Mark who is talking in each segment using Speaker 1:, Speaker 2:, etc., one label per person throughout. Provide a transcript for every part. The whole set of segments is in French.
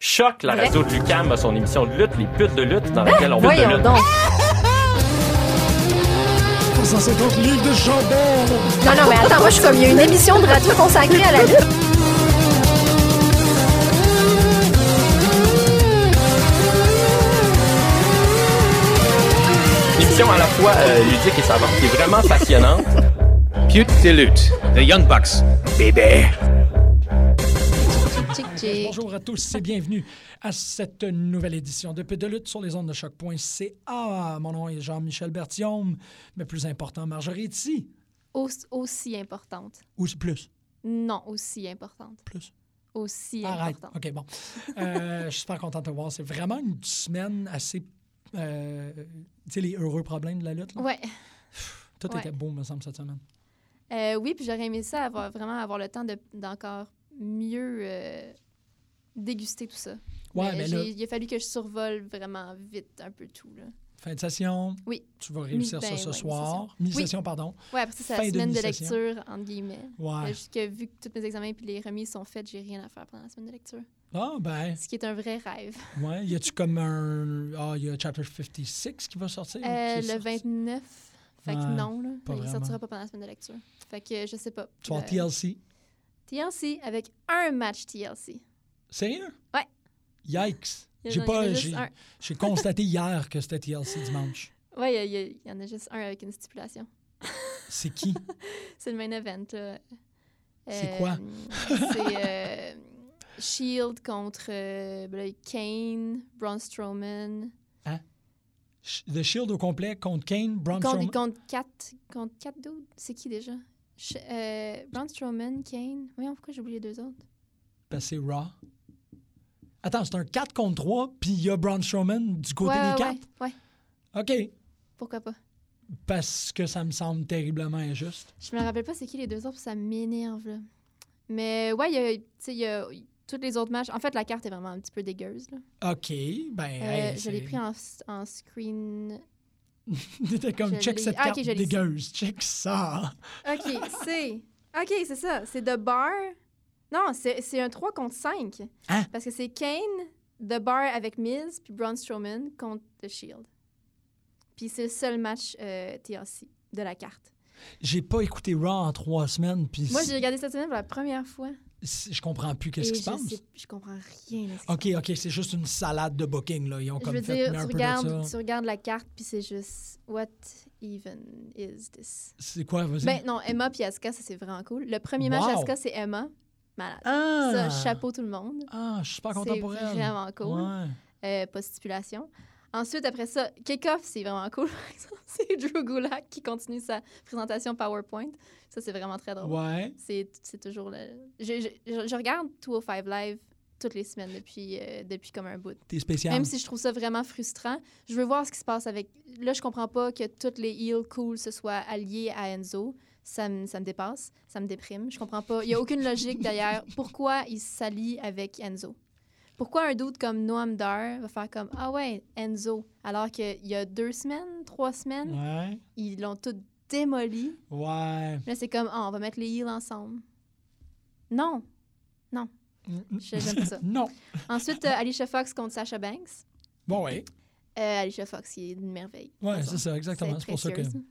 Speaker 1: Choc, la radio de Lucam a son émission de lutte, les putes de lutte, dans laquelle on va de
Speaker 2: Ben, Voyons
Speaker 1: lutte.
Speaker 2: donc.
Speaker 3: 150 livres de charbon.
Speaker 2: Non, non, mais attends, moi, je suis comme, il y a une émission de radio consacrée à la lutte.
Speaker 1: Une émission à la fois euh, ludique et savante, qui est vraiment passionnante.
Speaker 4: Pute de lutte, The Young Bucks. Bébé.
Speaker 2: Tchic, tchic.
Speaker 3: Bonjour à tous et bienvenue à cette nouvelle édition de Pute de lutte sur les ondes de choc.ca. Mon nom est Jean-Michel Berthiaume, mais plus important, Marjorie ici.
Speaker 5: Aussi, aussi importante.
Speaker 3: Ou c'est plus,
Speaker 5: Non, aussi importante.
Speaker 3: plus.
Speaker 5: Aussi
Speaker 3: Arrête.
Speaker 5: importante.
Speaker 3: OK, bon. Euh, je suis super content de te voir. C'est vraiment une semaine assez. euh, tu sais, les heureux problèmes de la lutte. là.
Speaker 5: Ouais.
Speaker 3: Tout
Speaker 5: ouais.
Speaker 3: était beau, me semble, cette semaine.
Speaker 5: Euh, oui, puis j'aurais aimé ça, avoir, vraiment avoir le temps de- d'encore mieux euh, déguster tout ça. Euh,
Speaker 3: Ouais, mais,
Speaker 5: Ben, j'ai-
Speaker 3: là,
Speaker 5: il a fallu que je survole vraiment vite un peu tout. Là.
Speaker 3: fin de session.
Speaker 5: Oui.
Speaker 3: Tu vas réussir
Speaker 5: Mi-
Speaker 3: ça
Speaker 5: ben
Speaker 3: ce
Speaker 5: ouais,
Speaker 3: soir.
Speaker 5: mi-session.
Speaker 3: Mi-session, pardon.
Speaker 5: Ouais, après ça, c'est
Speaker 3: Fin
Speaker 5: la
Speaker 3: de
Speaker 5: semaine de,
Speaker 3: mi-session.
Speaker 5: lecture, entre guillemets.
Speaker 3: Ouais.
Speaker 5: Mais juste que vu que tous mes examens et les remises sont faites, j'ai rien à faire pendant la semaine de lecture.
Speaker 3: Ah, ben.
Speaker 5: Ce qui est un vrai rêve.
Speaker 3: Ouais, y a-tu comme un. Ah, y a Chapter 56 qui va sortir? ou
Speaker 5: Euh,
Speaker 3: qui est
Speaker 5: le
Speaker 3: sorti?
Speaker 5: 29, fait
Speaker 3: Ouais,
Speaker 5: que non, là.
Speaker 3: pas
Speaker 5: il
Speaker 3: vraiment.
Speaker 5: sortira pas pendant la semaine de lecture. Fait que euh, je sais pas.
Speaker 3: Tu vas en
Speaker 5: Euh,
Speaker 3: TLC.
Speaker 5: TLC avec un match TLC.
Speaker 3: Sérieux?
Speaker 5: Ouais.
Speaker 3: Yikes.
Speaker 5: Il y
Speaker 3: J'ai
Speaker 5: en a- il y en a
Speaker 3: pas.
Speaker 5: juste
Speaker 3: J'ai
Speaker 5: un.
Speaker 3: j'ai constaté hier que c'était TLC dimanche.
Speaker 5: Ouais, il y, a- il y en a juste un avec une stipulation.
Speaker 3: C'est qui?
Speaker 5: C'est le main event. là.
Speaker 3: C'est
Speaker 5: Euh,
Speaker 3: quoi?
Speaker 5: C'est euh, Shield contre euh, ben là, Kane, Braun Strowman.
Speaker 3: Sh- The Shield au complet contre Kane, Braun
Speaker 5: Contre,
Speaker 3: Strowman.
Speaker 5: contre quatre, contre quatre dudes. C'est qui déjà? Sh- euh, Braun Strowman, Kane. Voyons pourquoi j'ai oublié les deux autres.
Speaker 3: Ben, c'est Raw. Attends, c'est un 4 contre 3, puis il y a Braun Strowman du côté
Speaker 5: ouais,
Speaker 3: des
Speaker 5: ouais,
Speaker 3: 4.
Speaker 5: ouais, ouais.
Speaker 3: OK.
Speaker 5: pourquoi pas.
Speaker 3: Parce que ça me semble terriblement injuste.
Speaker 5: Je me rappelle pas c'est qui les deux autres, ça m'énerve. là. Mais ouais, il y a, tu sais, il y a tous les autres matchs. En fait, la carte est vraiment un petit peu dégueuse. là.
Speaker 3: OK. Ben,
Speaker 5: Euh,
Speaker 3: hey,
Speaker 5: je l'ai
Speaker 3: c'est-
Speaker 5: pris en, s- en screen.
Speaker 3: T'étais comme,
Speaker 5: Je
Speaker 3: check
Speaker 5: l'ai-
Speaker 3: cette
Speaker 5: Ah, ok,
Speaker 3: carte
Speaker 5: je l'ai ici.
Speaker 3: dégueuse. Check ça.
Speaker 5: OK, c'est. OK, c'est ça. C'est The Bar. Non, c'est c'est un 3 contre 5.
Speaker 3: Hein?
Speaker 5: Parce que c'est Kane, The Bar avec Miz, puis Braun Strowman contre The Shield. Puis c'est le seul match euh, TLC de la carte.
Speaker 3: J'ai pas écouté Raw en trois semaines, puis
Speaker 5: Moi,
Speaker 3: si-
Speaker 5: j'ai regardé cette semaine pour la première fois.
Speaker 3: si- je comprends plus qu'est-ce
Speaker 5: et
Speaker 3: qui se
Speaker 5: je
Speaker 3: passe.
Speaker 5: sais- je comprends rien. de ce qui se
Speaker 3: OK, OK, c'est juste une salade de booking, là. Ils ont
Speaker 5: Je
Speaker 3: comme
Speaker 5: veux
Speaker 3: fait
Speaker 5: dire,
Speaker 3: mais un
Speaker 5: tu
Speaker 3: peu de
Speaker 5: regardes,
Speaker 3: ça.
Speaker 5: tu regardes la carte, puis c'est juste What even is this?
Speaker 3: C'est quoi, vas-y?
Speaker 5: Ben non, Emma puis Asuka, ça c'est vraiment cool. Le premier match
Speaker 3: Wow.
Speaker 5: Asuka, c'est Emma. Malade.
Speaker 3: ah!
Speaker 5: Ça, chapeau tout le monde.
Speaker 3: Ah, je suis pas content
Speaker 5: C'est
Speaker 3: pour elle.
Speaker 5: vraiment cool.
Speaker 3: Ouais.
Speaker 5: Euh, pas de stipulation. Ensuite, après ça, kick-off, c'est vraiment cool. par exemple. c'est Drew Gulak qui continue sa présentation PowerPoint. Ça, c'est vraiment très drôle.
Speaker 3: Ouais.
Speaker 5: C'est c'est toujours le. Je, je, je, je regarde 205 Live toutes les semaines depuis, euh, depuis comme un bout.
Speaker 3: T'es spécial.
Speaker 5: Même si je trouve ça vraiment frustrant, je veux voir ce qui se passe avec. Là, je comprends pas que toutes les heels cool se soient alliées à Enzo. Ça me, ça me dépasse, ça me déprime. Je comprends pas. Il y a aucune logique derrière pourquoi ils s'allient avec Enzo. Pourquoi un doute comme Noam Dar va faire comme Ah ouais, Enzo, alors qu'il y a deux semaines, trois semaines,
Speaker 3: Ouais.
Speaker 5: ils l'ont tout démoli.
Speaker 3: Ouais.
Speaker 5: Là, c'est comme Ah, on va mettre les heels ensemble. Non. Je- j'aime pas ça.
Speaker 3: non.
Speaker 5: Ensuite, euh, Alicia Fox contre Sasha Banks.
Speaker 3: Bon, ouais.
Speaker 5: Euh, Alicia Fox, il est une merveille.
Speaker 3: Ouais,
Speaker 5: Façon.
Speaker 3: c'est ça, exactement. C'est pour ça que.
Speaker 5: précieuse.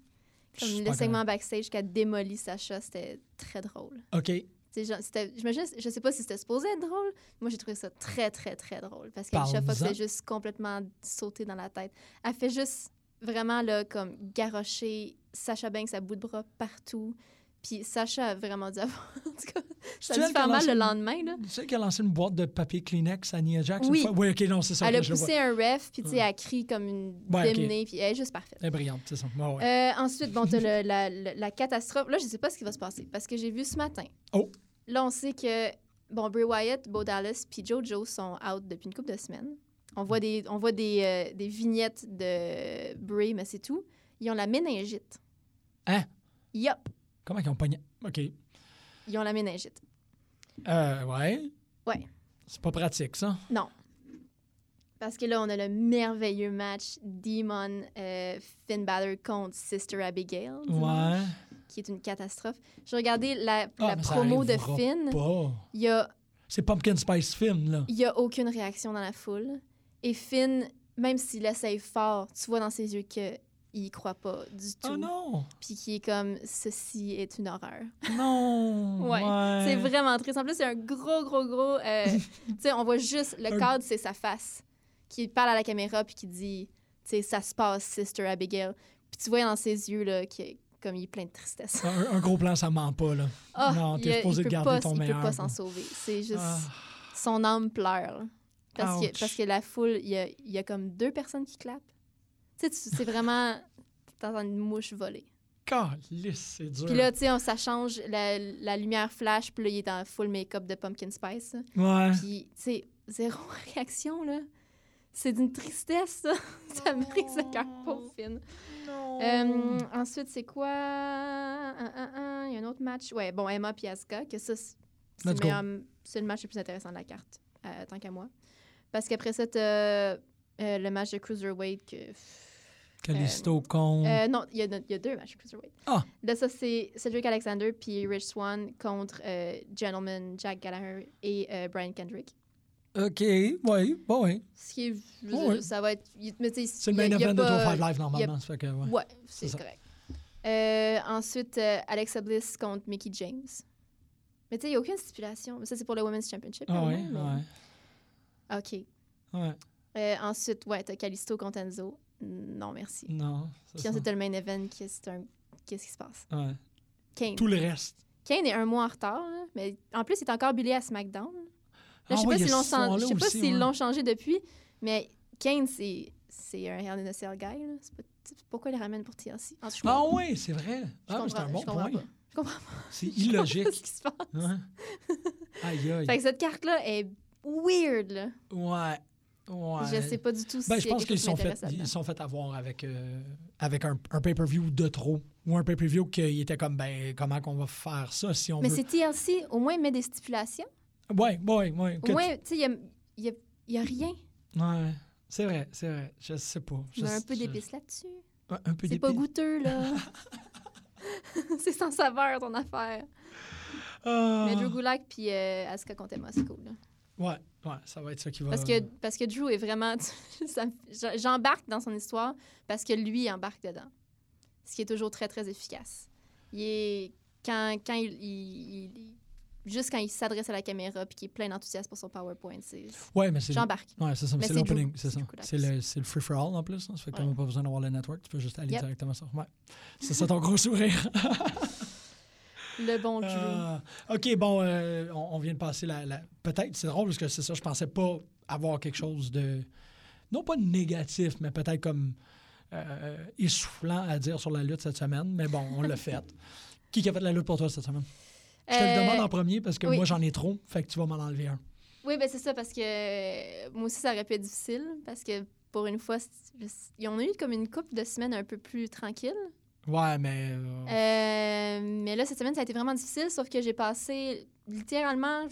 Speaker 3: Je suis
Speaker 5: Comme
Speaker 3: pas
Speaker 5: le segment backstage qui a démoli Sacha, c'était très drôle.
Speaker 3: OK.
Speaker 5: Tu sais, genre, c'était- J'imagine, je sais pas si c'était supposé être drôle. Moi, j'ai trouvé ça très, très, très drôle. Parce que chaque fois que
Speaker 3: Parle-nous-en.
Speaker 5: c'est juste complètement sauté dans la tête. Elle fait juste vraiment là, comme garocher Sacha Banks à bout de bras partout. Puis Sacha a vraiment dû avoir. en tout cas, ça
Speaker 3: C'est-tu
Speaker 5: a
Speaker 3: elle
Speaker 5: dû
Speaker 3: qui a
Speaker 5: faire mal
Speaker 3: lancé
Speaker 5: le
Speaker 3: une-
Speaker 5: lendemain. Là.
Speaker 3: Tu sais qu'elle a lancé une boîte de papier Kleenex à Nia Jax? une
Speaker 5: Oui.
Speaker 3: fois? Oui, OK, non, c'est ça.
Speaker 5: Elle
Speaker 3: que
Speaker 5: a
Speaker 3: je vois.
Speaker 5: poussé un ref, puis tu sais,
Speaker 3: Ouais.
Speaker 5: elle crie comme une
Speaker 3: Ouais, ok.
Speaker 5: démenée, puis elle est juste parfaite.
Speaker 3: Elle est brillante, c'est ça. Ouais, ouais.
Speaker 5: Euh, ensuite, bon, t'as le- la, la- la catastrophe. Là, je sais pas ce qui va se passer parce que j'ai vu ce matin.
Speaker 3: Oh.
Speaker 5: Là, on sait que bon, Bray Wyatt, Bo Dallas puis JoJo sont out depuis une couple de semaines. On voit des, on voit des, euh, des vignettes de Bray, mais c'est tout. Ils ont la méningite.
Speaker 3: Hein?
Speaker 5: Yup,
Speaker 3: Comment ils ont pogné? OK.
Speaker 5: ils ont la méningite.
Speaker 3: Euh, ouais.
Speaker 5: Ouais.
Speaker 3: C'est pas pratique, ça.
Speaker 5: Non. Parce que là, on a le merveilleux match Demon euh, Finn Balor contre Sister Abigail, dimanche,
Speaker 3: Ouais.
Speaker 5: qui est une catastrophe. J'ai regardé la,
Speaker 3: Ah,
Speaker 5: la
Speaker 3: mais ça
Speaker 5: promo de
Speaker 3: arrivera
Speaker 5: Finn.
Speaker 3: Pas.
Speaker 5: Il y a
Speaker 3: C'est Pumpkin Spice Finn, là.
Speaker 5: Il n'y a aucune réaction dans la foule. Et Finn, même s'il essaye fort, tu vois dans ses yeux qu'il y croit pas du tout.
Speaker 3: Oh non! Euh.
Speaker 5: Puis qu'il est comme ceci est une horreur.
Speaker 3: Non!
Speaker 5: Ouais, C'est vraiment triste. En plus, c'est un gros, gros, gros. euh, tu sais, on voit juste le
Speaker 3: Un-
Speaker 5: cadre, c'est sa face. Qui parle à la caméra puis qui dit, tu sais, ça se passe, Sister Abigail. Puis tu vois dans ses yeux, là, qu'il est- comme il est plein de tristesse.
Speaker 3: Un, un gros plan, ça ment pas, là.
Speaker 5: Ah,
Speaker 3: non, t'es
Speaker 5: il a-
Speaker 3: supposé
Speaker 5: il peut
Speaker 3: garder
Speaker 5: pas,
Speaker 3: ton
Speaker 5: il
Speaker 3: meilleur,
Speaker 5: peut pas
Speaker 3: là.
Speaker 5: s'en sauver. C'est juste.
Speaker 3: Ah.
Speaker 5: Son âme pleure. là. Parce
Speaker 3: Ouch.
Speaker 5: que, parce que la foule, il y a, il y a comme deux personnes qui clapent. Tu sais, tu- c'est vraiment. T'entends une mouche voler.
Speaker 3: Calisse, c'est dur.
Speaker 5: Puis là, tu sais, on- ça change, la, la lumière flash, puis là, il est en full make-up de Pumpkin Spice. là.
Speaker 3: ouais.
Speaker 5: Puis, tu sais, zéro réaction, là. C'est d'une tristesse, ça. ça me brise le cœur, pauvre Finn. Euh,
Speaker 3: Oh.
Speaker 5: ensuite, c'est quoi? Un, un, un, Il y a un autre match. Ouais, bon, Emma puis Asuka, que ça, c'est c'est le,
Speaker 3: Let's go.
Speaker 5: meilleur- c'est le match le plus intéressant de la carte, euh, tant qu'à moi. Parce qu'après ça, t'as, euh, le match de Cruiserweight que...
Speaker 3: Callisto con.
Speaker 5: Euh, non, il y, a- il y a deux matchs de Cruiserweight.
Speaker 3: Mm. Ah.
Speaker 5: Là, ça, c'est Cedric Alexander puis Rich Swan contre euh, Gentleman Jack Gallagher et euh, Brian Kendrick.
Speaker 3: OK, oui, bon, oui.
Speaker 5: Ce qui est... je veux
Speaker 3: Oh,
Speaker 5: dire,
Speaker 3: ouais.
Speaker 5: Ça va être... il- mais tu sais,
Speaker 3: C'est le
Speaker 5: il
Speaker 3: main
Speaker 5: y a- il y a
Speaker 3: event de
Speaker 5: pas-
Speaker 3: 205 Live, normalement. Ça fait que, ouais.
Speaker 5: Ouais, c'est
Speaker 3: c'est ça.
Speaker 5: correct. Euh, ensuite, euh, Alexa Bliss contre Mickey James. Mais tu sais, il n'y a aucune stipulation. Mais Ça, c'est pour le Women's Championship.
Speaker 3: Ah
Speaker 5: là,
Speaker 3: ouais,
Speaker 5: non,
Speaker 3: ouais,
Speaker 5: mais- OK.
Speaker 3: ouais.
Speaker 5: Euh, ensuite, ouais, t'as Calisto contre Enzo. Non, merci.
Speaker 3: Non, c'est
Speaker 5: Puis
Speaker 3: ça.
Speaker 5: ensuite, t'as le main event. qui est- c'est un- Qu'est-ce qui se passe?
Speaker 3: Ouais.
Speaker 5: Kane.
Speaker 3: Tout le reste.
Speaker 5: Kane est un mois en retard, là, mais en plus, il est encore billé à SmackDown. Là, je
Speaker 3: Ah
Speaker 5: sais pas
Speaker 3: ouais, il y a
Speaker 5: s'ils l'ont
Speaker 3: ce
Speaker 5: chan- je
Speaker 3: soir-là
Speaker 5: sais pas
Speaker 3: aussi,
Speaker 5: s'ils
Speaker 3: ouais.
Speaker 5: l'ont changé depuis, mais Kane, c'est c'est un Hell in a Cell guy. là. C'est pas- c'est- Pourquoi il le ramène pour TLC? En tout cas, je
Speaker 3: Ah
Speaker 5: comprends-
Speaker 3: oui, c'est vrai.
Speaker 5: je
Speaker 3: Ah, mais c'est
Speaker 5: comprends-
Speaker 3: un bon
Speaker 5: je comprends
Speaker 3: point.
Speaker 5: pas. Je comprends
Speaker 3: C'est
Speaker 5: pas ce
Speaker 3: illogique.
Speaker 5: qui se passe.
Speaker 3: Ouais. Aïe, aïe.
Speaker 5: Fait que cette carte-là est weird, là.
Speaker 3: Ouais. Ouais.
Speaker 5: Je sais pas du tout si
Speaker 3: Ben, je pense qu'ils
Speaker 5: qu'ils
Speaker 3: sont fait, ils sont fait avoir avec, euh, avec un, un pay-per-view de trop. Ou un pay-per-view qui était comme, ben, comment qu'on va faire ça si on
Speaker 5: Mais
Speaker 3: veut.
Speaker 5: c'est TLC, au moins, il met des stipulations.
Speaker 3: Ouais, ouais, ouais.
Speaker 5: Au
Speaker 3: Que-
Speaker 5: moins, tu sais, il y a, il y a- il y a rien.
Speaker 3: Ouais. C'est vrai, c'est vrai. Je sais pas.
Speaker 5: Il
Speaker 3: Je
Speaker 5: y a un
Speaker 3: sais-
Speaker 5: peu
Speaker 3: je-
Speaker 5: d'épices là-dessus.
Speaker 3: Ouais, un peu
Speaker 5: C'est pas
Speaker 3: d'épices.
Speaker 5: goûteux, là. c'est sans saveur, ton affaire.
Speaker 3: Ah.
Speaker 5: Mais Drew Gulak puis euh, Asuka contre Emma, c'est cool. là.
Speaker 3: Ouais, ouais, ça va être ça qui va.
Speaker 5: Parce, que, parce que Drew est vraiment... ça me- j'en- J'embarque dans son histoire parce que lui embarque dedans. Ce qui est toujours très, très efficace. Il est... Quand, quand il, il- il- il- Juste quand il s'adresse à la caméra puis qu'il est plein d'enthousiasme pour son PowerPoint, c'est...
Speaker 3: Ouais, mais c'est.
Speaker 5: J'embarque.
Speaker 3: Ouais, c'est ça, mais
Speaker 5: Mais
Speaker 3: c'est
Speaker 5: c'est
Speaker 3: l'opening,
Speaker 5: Drew.
Speaker 3: c'est
Speaker 5: C'est
Speaker 3: ça.
Speaker 5: Drew Gulak.
Speaker 3: C'est le, c'est le free-for-all en plus. hein. Ça fait que t'as
Speaker 5: Ouais.
Speaker 3: même pas besoin d'avoir le network. Tu peux juste aller
Speaker 5: Yep.
Speaker 3: directement sur. Ouais. C'est ça ton gros sourire.
Speaker 5: Le bon Drew.
Speaker 3: Ah, OK, bon, euh, on, on vient de passer la. la- Peut-être, c'est drôle parce que c'est ça, je pensais pas avoir quelque chose de. Non pas de négatif, mais peut-être comme euh, essoufflant à dire sur la lutte cette semaine. Mais bon, on l'a fait. Qui qui a fait la lutte pour toi cette semaine? Je te le
Speaker 5: Euh,
Speaker 3: demande en premier parce que
Speaker 5: oui.
Speaker 3: moi, j'en ai trop. Fait que tu vas m'en enlever un.
Speaker 5: Oui, ben c'est ça, parce que euh, moi aussi, ça aurait pu être difficile, parce que pour une fois, c'est- je- ils ont eu comme une couple de semaines un peu plus tranquille.
Speaker 3: Ouais, mais. euh,
Speaker 5: Euh, mais là, cette semaine, ça a été vraiment difficile, sauf que j'ai passé littéralement,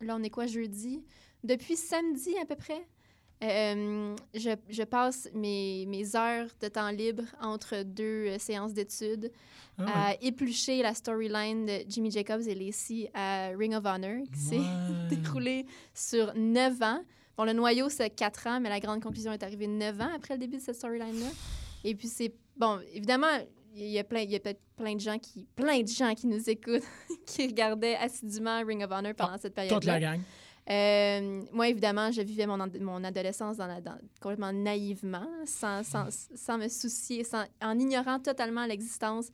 Speaker 5: là, on est quoi, jeudi? Depuis samedi, à peu près, euh, je, je passe mes, mes heures de temps libre entre deux euh, séances d'études
Speaker 3: ah ouais.
Speaker 5: à éplucher la storyline de Jimmy Jacobs et Lacey à Ring of Honor, qui s'est
Speaker 3: Ouais.
Speaker 5: déroulée sur 9 ans. Bon, le noyau, c'est 4 ans, mais la grande conclusion est arrivée 9 ans après le début de cette storyline-là. Et puis, c'est. Bon, évidemment, il y a, plein, il y a peut-être plein de gens qui plein de gens qui nous écoutent, qui regardaient assidûment Ring of Honor pendant cette
Speaker 3: Ah, Toute la
Speaker 5: période-là.
Speaker 3: gang.
Speaker 5: Euh, moi, évidemment, je vivais mon, ad- mon adolescence dans la- dans- complètement naïvement, sans, sans, sans me soucier, sans, en ignorant totalement l'existence.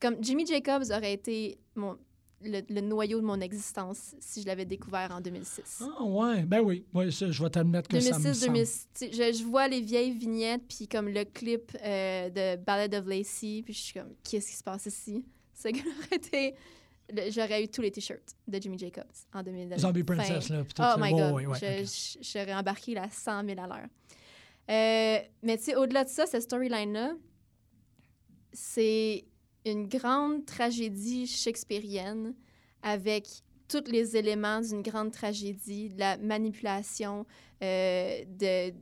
Speaker 5: Comme Jimmy Jacobs aurait été mon, le, le noyau de mon existence si je l'avais découvert en 2006.
Speaker 3: Ah, ouais. Ben oui. Ouais, ça, je vais t'admettre que ça me
Speaker 5: 2006,
Speaker 3: semble.
Speaker 5: 2006, tu sais, je, je vois les vieilles vignettes, puis comme le clip euh, de Ballad of Lacey, puis je suis comme, qu'est-ce qui se passe ici? Ce gars aurait été. le- J'aurais eu tous les t-shirts de Jimmy Jacobs en 2009.
Speaker 3: Zombie
Speaker 5: Fin-
Speaker 3: Princess, là. puis tout
Speaker 5: Oh
Speaker 3: ça.
Speaker 5: my
Speaker 3: Ouais,
Speaker 5: God,
Speaker 3: ouais, ouais,
Speaker 5: je-
Speaker 3: ok.
Speaker 5: je- j'aurais embarqué la 100 000 à l'heure. Euh, mais tu sais, au-delà de ça, cette storyline-là, c'est une grande tragédie shakespearienne avec tous les éléments d'une grande tragédie, de la manipulation, euh, de,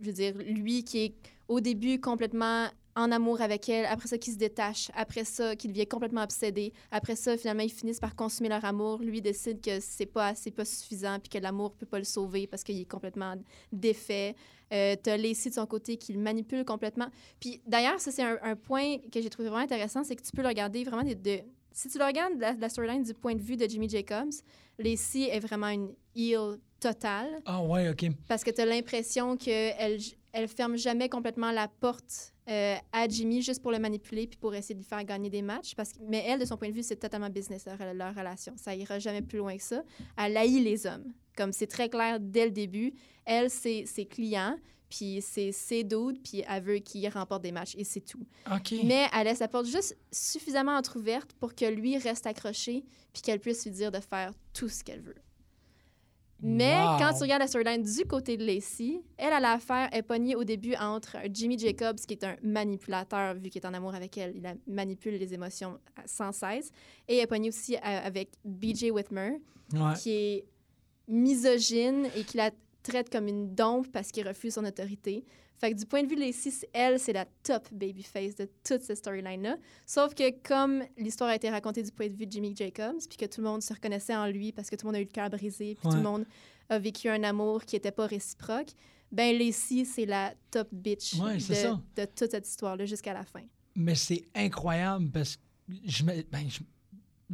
Speaker 5: je veux dire, lui qui est au début complètement en amour avec elle, après ça, qui se détache, après ça, qui devient complètement obsédé, après ça, finalement, ils finissent par consumer leur amour. Lui décide que c'est pas assez, pas suffisant, puis que l'amour peut pas le sauver parce qu'il est complètement défait. Euh, T'as Lacey de son côté qui le manipule complètement. Puis d'ailleurs, ça, c'est un, un point que j'ai trouvé vraiment intéressant, c'est que tu peux le regarder vraiment des deux. Si tu le regardes, la, la storyline du point de vue de Jimmy Jacobs, Lacey est vraiment une heel totale
Speaker 3: Ah ouais, OK.
Speaker 5: parce que tu as l'impression qu'elle elle ferme jamais complètement la porte euh, à Jimmy juste pour le manipuler puis pour essayer de lui faire gagner des matchs. Parce que, mais elle, de son point de vue, c'est totalement business, leur, leur relation. Ça ira jamais plus loin que ça. Elle haït les hommes. Comme c'est très clair dès le début, elle, c'est ses clients, puis c'est ses dudes, puis elle veut qu'ils remportent des matchs et c'est tout.
Speaker 3: OK.
Speaker 5: Mais elle laisse la porte juste suffisamment entrouverte pour que lui reste accroché puis qu'elle puisse lui dire de faire tout ce qu'elle veut. Mais
Speaker 3: Wow.
Speaker 5: quand tu regardes la storyline du côté de Lacey, elle, elle a affaire, elle est pognée au début entre un Jimmy Jacobs, qui est un manipulateur, vu qu'il est en amour avec elle, il la manipule les émotions sans cesse, et elle est pognée aussi euh, avec BJ Whitmer,
Speaker 3: Ouais.
Speaker 5: qui est misogyne et qui la traite comme une dompe parce qu'il refuse son autorité. Fait que du point de vue de Lacey, c'est- elle, c'est la top babyface de toute cette storyline-là. Sauf que comme l'histoire a été racontée du point de vue de Jimmy Jacobs, puis que tout le monde se reconnaissait en lui parce que tout le monde a eu le cœur brisé, puis tout
Speaker 3: Ouais.
Speaker 5: le monde a vécu un amour qui n'était pas réciproque, ben Lacey, c'est la top bitch
Speaker 3: Ouais, c'est ça.
Speaker 5: de, de toute cette histoire-là jusqu'à la fin.
Speaker 3: Mais c'est incroyable parce que je me- ben, je-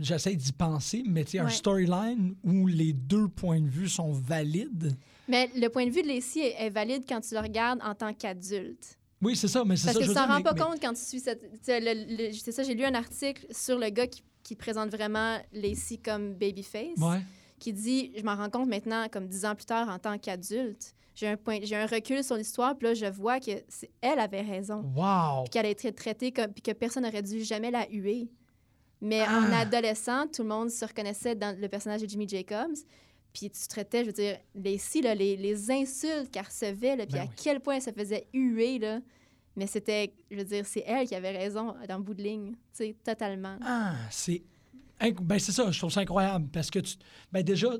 Speaker 3: j'essaie d'y penser, mais tu sais, un
Speaker 5: Ouais.
Speaker 3: storyline où les deux points de vue sont valides.
Speaker 5: Mais le point de vue de Lacey est- est valide quand tu le regardes en tant qu'adulte.
Speaker 3: Oui, c'est ça, mais c'est ça.
Speaker 5: Parce que
Speaker 3: je
Speaker 5: tu
Speaker 3: veux
Speaker 5: t'en
Speaker 3: dire,
Speaker 5: rends
Speaker 3: mais-
Speaker 5: pas
Speaker 3: mais-
Speaker 5: compte quand tu suis cette. tu sais, le- le- C'est ça, j'ai lu un article sur le gars qui, qui présente vraiment Lacey comme babyface,
Speaker 3: Ouais.
Speaker 5: qui dit Je m'en rends compte maintenant, comme dix ans plus tard, en tant qu'adulte. J'ai un, point- j'ai un recul sur l'histoire, puis là, je vois que c'est- elle avait raison,
Speaker 3: Wow.
Speaker 5: puis qu'elle a été traitée comme. puis que personne n'aurait dû jamais la huer. Mais
Speaker 3: Ah.
Speaker 5: en adolescent, tout le monde se reconnaissait dans le personnage de Jimmy Jacobs. Puis tu traitais, je veux dire, Lacey, là, les, les insultes qu'elle recevait, là, puis
Speaker 3: Ben
Speaker 5: à
Speaker 3: oui.
Speaker 5: quel point elle se faisait huer, là. Mais c'était, je veux dire, c'est elle qui avait raison dans le bout de ligne, tu sais, totalement.
Speaker 3: Ah, c'est. inc- Ben, c'est ça, je trouve ça incroyable. Parce que tu. Ben, déjà,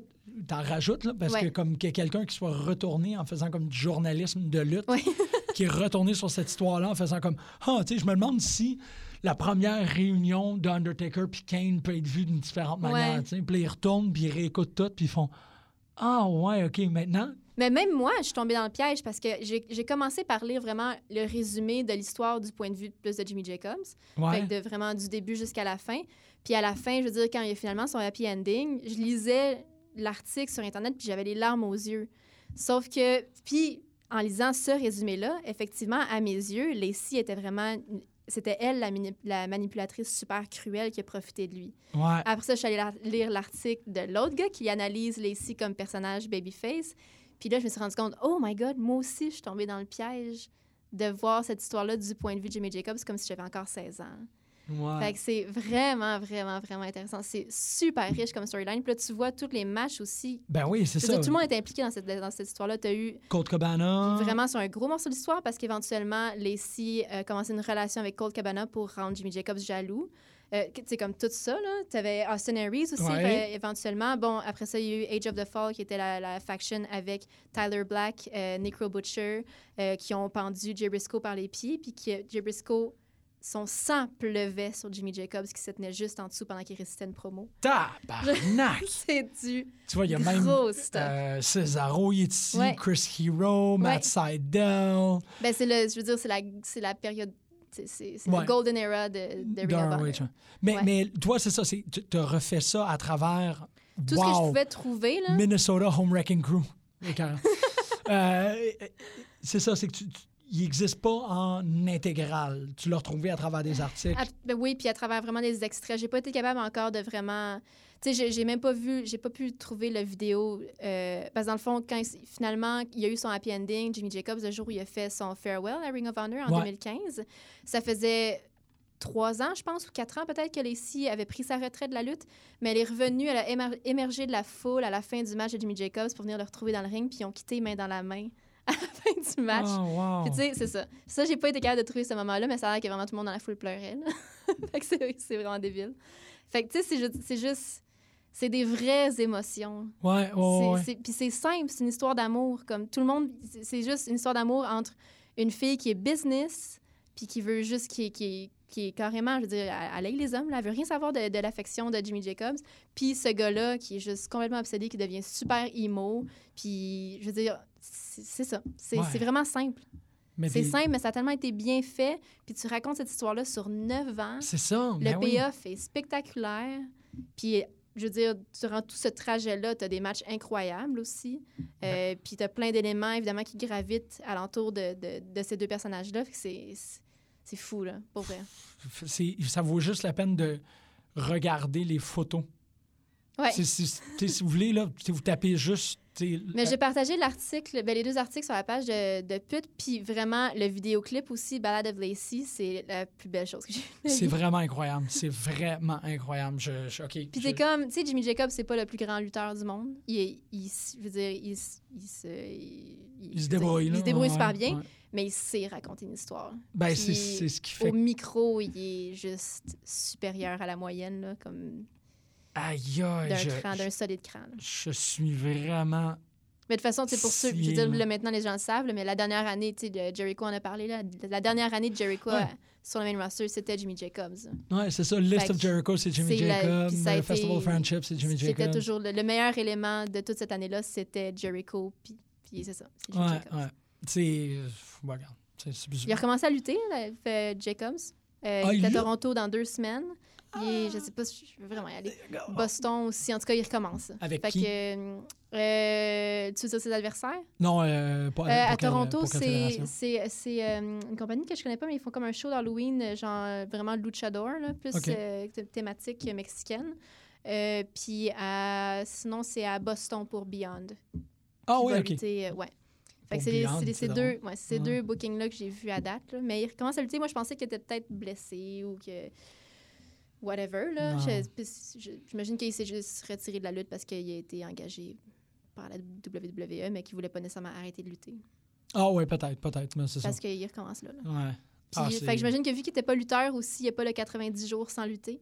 Speaker 3: t'en rajoutes, là, parce
Speaker 5: Ouais.
Speaker 3: que comme que quelqu'un qui soit retourné en faisant comme du journalisme de lutte,
Speaker 5: Ouais.
Speaker 3: qui est retourné sur cette histoire-là en faisant comme Ah, tu sais, je me demande si la première réunion d'Undertaker puis Kane peut être vue d'une différente
Speaker 5: Ouais.
Speaker 3: manière. tu sais. Puis là, ils retournent, puis ils réécoutent tout, puis ils font Ah, ouais, OK, maintenant.
Speaker 5: Mais même moi, je suis tombée dans le piège parce que j'ai j'ai commencé par lire vraiment le résumé de l'histoire du point de vue plus de Jimmy Jacobs.
Speaker 3: Ouais.
Speaker 5: Fait que de vraiment du début jusqu'à la fin. Puis à la fin, je veux dire, quand il y a finalement son happy ending, je lisais l'article sur Internet puis j'avais les larmes aux yeux. Sauf que, puis en lisant ce résumé-là, effectivement, à mes yeux, Lacey était vraiment... C'était elle, la, mini- la manipulatrice super cruelle qui a profité de lui.
Speaker 3: Ouais.
Speaker 5: Après ça, je suis allée la- lire l'article de l'autre gars qui analyse Lacey comme personnage babyface. Puis là, je me suis rendu compte, oh my god, moi aussi, je suis tombée dans le piège de voir cette histoire-là du point de vue de Jimmy Jacobs comme si j'avais encore 16 ans.
Speaker 3: ouais.
Speaker 5: Fait que c'est vraiment, vraiment, vraiment intéressant. C'est super riche comme storyline. Puis là, tu vois tous les matchs aussi.
Speaker 3: Ben oui, c'est
Speaker 5: Je veux dire,
Speaker 3: ça.
Speaker 5: tout le monde est impliqué dans cette, dans cette histoire-là. Tu as eu
Speaker 3: Colt Cabana.
Speaker 5: vraiment sur un gros morceau d'histoire parce qu'éventuellement, Lacey euh, commençait une relation avec Colt Cabana pour rendre Jimmy Jacobs jaloux. Euh, que- tu sais, comme tout ça, là. Tu avais Austin Aries aussi,
Speaker 3: Ouais.
Speaker 5: euh, éventuellement. Bon, après ça, il y a eu Age of the Fall, qui était la, la faction avec Tyler Black, euh, Necro Butcher, euh, qui ont pendu Jay Briscoe par les pieds, puis que Jay Briscoe, son sang pleuvait sur Jimmy Jacobs, qui se tenait juste en dessous pendant qu'il récitait une promo.
Speaker 3: Tabarnak!
Speaker 5: C'est du
Speaker 3: tu vois, il y a même.
Speaker 5: gros stuff.
Speaker 3: Euh, Cesaro, il est ici,
Speaker 5: Ouais.
Speaker 3: Chris Hero, Matt
Speaker 5: Ouais.
Speaker 3: Seidel.
Speaker 5: Ben, c'est le, je veux dire, c'est la, c'est la période, c'est, c'est, c'est
Speaker 3: Ouais.
Speaker 5: le golden era de, de Ring
Speaker 3: D'un
Speaker 5: of Honor.
Speaker 3: Rage, ouais. Mais,
Speaker 5: Ouais.
Speaker 3: mais toi, c'est ça, c'est- tu as refait ça à travers
Speaker 5: Tout
Speaker 3: wow,
Speaker 5: ce que je hein? pouvais trouver, là.
Speaker 3: Minnesota Home Wrecking Crew. Les Caïens. Euh, c'est ça, c'est que tu- tu- il n'existe pas en intégrale. Tu l'as retrouvé à travers des articles.
Speaker 5: à- ben oui, puis à travers vraiment des extraits. J'ai pas été capable encore de vraiment. Tu sais, j'ai- j'ai même pas vu, j'ai pas pu trouver la vidéo. euh, parce que dans le fond, quand il- finalement, il y a eu son happy ending, Jimmy Jacobs, le jour où il a fait son farewell à Ring of Honor en
Speaker 3: Ouais.
Speaker 5: 2015, ça faisait trois ans, je pense, ou quatre ans peut-être que Lacey avait pris sa retraite de la lutte, mais elle est revenue, elle a émer- émergé de la foule à la fin du match de Jimmy Jacobs pour venir le retrouver dans le ring, puis ils ont quitté main dans la main à la fin du match.
Speaker 3: Oh, wow.
Speaker 5: Puis tu sais, c'est ça. Ça, j'ai pas été capable de trouver ce moment-là, mais ça a l'air que vraiment tout le monde dans la foule pleurait. là. fait que c'est, c'est vraiment débile. Fait que tu sais, c'est juste, c'est juste... C'est des vraies émotions.
Speaker 3: Ouais, ouais,
Speaker 5: C'est-
Speaker 3: Oh, ouais.
Speaker 5: c'est- Puis c'est simple, c'est une histoire d'amour. Comme tout le monde, c'est- c'est juste une histoire d'amour entre une fille qui est business puis qui veut juste, qui, qui, qui est carrément, je veux dire, à l'aide les hommes, là, elle veut rien savoir de, de l'affection de Jimmy Jacobs. Puis ce gars-là, qui est juste complètement obsédé, qui devient super emo, puis je veux dire, c'est c'est ça. C'est
Speaker 3: Ouais.
Speaker 5: c'est vraiment simple.
Speaker 3: Mais
Speaker 5: C'est
Speaker 3: des-
Speaker 5: simple, mais ça a tellement été bien fait. Puis tu racontes cette histoire-là sur 9 ans.
Speaker 3: C'est ça.
Speaker 5: Le
Speaker 3: ben oui.
Speaker 5: payoff est spectaculaire. Puis, je veux dire, durant tout ce trajet-là, tu as des matchs incroyables aussi.
Speaker 3: Ben.
Speaker 5: Euh, Puis, tu as plein d'éléments, évidemment, qui gravitent alentour de, de, de ces deux personnages-là. Fait que c'est- c'est c'est fou, là, pour vrai.
Speaker 3: F- c'est- Ça vaut juste la peine de regarder les photos.
Speaker 5: Ouais.
Speaker 3: C'est- c'est- t'sais, si vous voulez, là, t'sais, vous tapez juste. t'sais, euh,
Speaker 5: Mais j'ai partagé l'article, ben, les deux articles sur la page de, de Pute, puis vraiment le vidéoclip aussi, Ballad of Lacey, c'est la plus belle chose que j'ai vue.
Speaker 3: C'est vraiment incroyable. C'est vraiment incroyable. Je, je- OK.
Speaker 5: Puis
Speaker 3: je-
Speaker 5: c'est comme, tu sais, Jimmy Jacobs, c'est pas le plus grand lutteur du monde. Il, est- il s- je veux dire, il, s- il se, il- je
Speaker 3: Il se
Speaker 5: veux dire,
Speaker 3: débrouille.
Speaker 5: Il
Speaker 3: là.
Speaker 5: se débrouille super
Speaker 3: Ouais,
Speaker 5: bien,
Speaker 3: ouais.
Speaker 5: mais il sait raconter une histoire.
Speaker 3: Ben, c'est
Speaker 5: Puis
Speaker 3: c'est ce qui
Speaker 5: Au
Speaker 3: fait.
Speaker 5: micro, il est juste supérieur à la moyenne, là, comme
Speaker 3: Aïe, aïe.
Speaker 5: d'un
Speaker 3: Je,
Speaker 5: cran, d'un solide cran. là.
Speaker 3: je suis vraiment.
Speaker 5: Mais de toute façon, tu sais, pour ceux, je veux dire,
Speaker 3: Sinon.
Speaker 5: là, maintenant, les gens le savent, là, mais la dernière année, tu sais, de Jericho en a parlé, là, la dernière année de Jericho
Speaker 3: Ouais.
Speaker 5: euh, sur le main roster, c'était Jimmy Jacobs.
Speaker 3: Ouais, c'est ça. List
Speaker 5: Fait
Speaker 3: of
Speaker 5: que
Speaker 3: Jericho, c'est Jimmy
Speaker 5: c'est la-
Speaker 3: Jacob.
Speaker 5: puis ça a
Speaker 3: euh,
Speaker 5: été-
Speaker 3: Festival of Friendship, c'est Jimmy
Speaker 5: C'était
Speaker 3: Jacob.
Speaker 5: toujours le, le meilleur élément de toute cette année-là, c'était Jericho, puis, puis c'est ça, c'est Jimmy
Speaker 3: Ouais,
Speaker 5: Jacobs.
Speaker 3: ouais. C'est. Bon, regarde. C'est- c'est-
Speaker 5: Il a recommencé à lutter, là, fait Jacobs. Euh,
Speaker 3: Ah,
Speaker 5: il est
Speaker 3: il Ah!
Speaker 5: à
Speaker 3: lutte?
Speaker 5: Toronto dans deux semaines. Il est, je sais pas si je veux vraiment y aller.
Speaker 3: Ah!
Speaker 5: Boston aussi. En tout cas, il recommence.
Speaker 3: Avec
Speaker 5: fait
Speaker 3: qui?
Speaker 5: que, euh, tu veux dire ses adversaires?
Speaker 3: Non, euh, pas
Speaker 5: Euh, à
Speaker 3: pour quelle-
Speaker 5: Toronto,
Speaker 3: pour quelle
Speaker 5: c'est
Speaker 3: fédération?
Speaker 5: c'est- c'est, euh, une compagnie que je connais pas, mais ils font comme un show d'Halloween, euh, genre euh, vraiment luchador, là, plus
Speaker 3: Ok.
Speaker 5: euh, th- thématique euh, mexicaine. Euh, puis à- sinon, c'est à Boston pour Beyond.
Speaker 3: Ah,
Speaker 5: qui
Speaker 3: oui,
Speaker 5: va
Speaker 3: OK.
Speaker 5: lutter, euh, ouais. Fait que
Speaker 3: Pour
Speaker 5: c'est les-
Speaker 3: Beyond,
Speaker 5: c'est les-
Speaker 3: c'est
Speaker 5: ces deux, ouais, c'est ces
Speaker 3: Ouais.
Speaker 5: deux bookings-là que j'ai vus à date. là. Mais il recommence à lutter. Moi, je pensais qu'il était peut-être blessé ou que. Whatever. là.
Speaker 3: Non.
Speaker 5: Je- puis je- J'imagine qu'il s'est juste retiré de la lutte parce qu'il a été engagé par la WWE, mais qu'il voulait pas nécessairement arrêter de lutter.
Speaker 3: Ah, ouais, peut-être, peut-être. Mais c'est ça.
Speaker 5: Parce qu'il recommence là. là.
Speaker 3: Ouais.
Speaker 5: Puis,
Speaker 3: Ah,
Speaker 5: fait
Speaker 3: c'est-
Speaker 5: que j'imagine que vu qu'il n'était pas lutteur aussi, il n'y a pas le 90 jours sans lutter,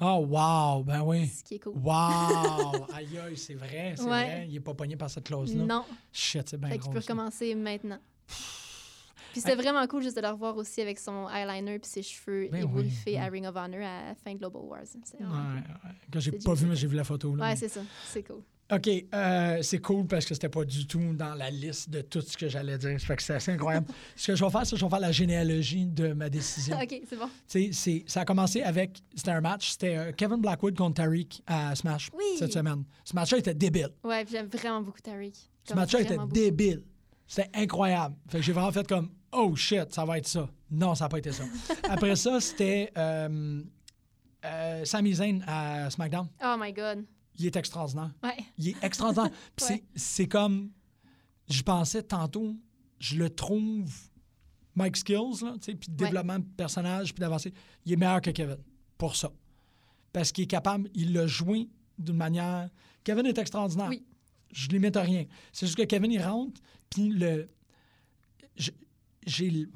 Speaker 3: Ah, wow. Ben oui.
Speaker 5: ce qui est cool.
Speaker 3: Wow! Aïe, aïe, c'est vrai, c'est
Speaker 5: Ouais.
Speaker 3: vrai. Il n'est pas pogné par cette clause-là.
Speaker 5: Non,
Speaker 3: Shit, c'est bien
Speaker 5: fait qu'il
Speaker 3: drôle,
Speaker 5: peut
Speaker 3: ça.
Speaker 5: recommencer maintenant. Puis c'était vraiment cool juste de le revoir aussi avec son eyeliner puis ses cheveux
Speaker 3: Ben oui,
Speaker 5: ébouriffés
Speaker 3: oui.
Speaker 5: à Ring of Honor à la fin de Global Wars. C'est
Speaker 3: Ouais,
Speaker 5: vraiment cool.
Speaker 3: ouais. Que j'ai
Speaker 5: C'est
Speaker 3: pas vu,
Speaker 5: Jimmy
Speaker 3: mais j'ai vu la photo. Là,
Speaker 5: Ouais,
Speaker 3: mais-
Speaker 5: c'est ça. C'est cool.
Speaker 3: OK, euh, c'est cool parce que c'était pas du tout dans la liste de tout ce que j'allais dire. Ça fait que c'est assez incroyable. ce que je vais faire, c'est que je vais faire la généalogie de ma décision.
Speaker 5: OK, c'est bon.
Speaker 3: Tu sais, c'est- ça a commencé avec. C'était un match. C'était euh, Kevin Blackwood contre Tariq à Smash
Speaker 5: Oui.
Speaker 3: cette semaine. Ce match-là était débile.
Speaker 5: Ouais, puis j'aime vraiment beaucoup Tariq.
Speaker 3: Ce match-là était
Speaker 5: Vraiment beaucoup.
Speaker 3: débile. C'était incroyable. Fait que j'ai vraiment fait comme Oh shit, ça va être ça. Non, ça n'a pas été ça. Après ça, c'était euh, euh, Sami Zayn à SmackDown.
Speaker 5: Oh my God.
Speaker 3: Il est extraordinaire.
Speaker 5: Ouais.
Speaker 3: Il est extraordinaire. Puis c'est-
Speaker 5: Ouais.
Speaker 3: c'est comme je pensais tantôt, je le trouve Mike Skills, là, tu sais, puis développement de personnage, puis d'avancer. Il est meilleur que Kevin pour ça. Parce qu'il est capable, il l'a joué d'une manière. Kevin est extraordinaire.
Speaker 5: Oui.
Speaker 3: Je l'imite à rien. C'est juste que Kevin, il rentre, puis le. je- J'ai. le-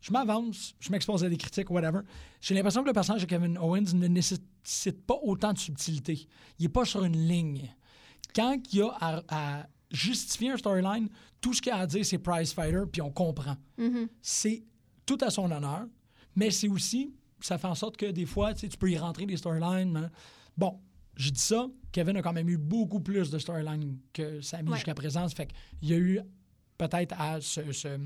Speaker 3: Je m'avance, je m'expose à des critiques, whatever. J'ai l'impression que le personnage de Kevin Owens ne nécessite pas autant de subtilité. Il n'est pas sur une ligne. Quand il y a à, à justifier un storyline, tout ce qu'il y a à dire, c'est Prize Fighter, puis on comprend. C'est tout à son honneur, mais c'est aussi, ça fait en sorte que des fois, tu sais, tu peux y rentrer des storylines. hein. Bon, je dis ça, Kevin a quand même eu beaucoup plus de storylines que Samy
Speaker 5: Ouais.
Speaker 3: jusqu'à présent. Fait qu'il y a eu peut-être à se, se-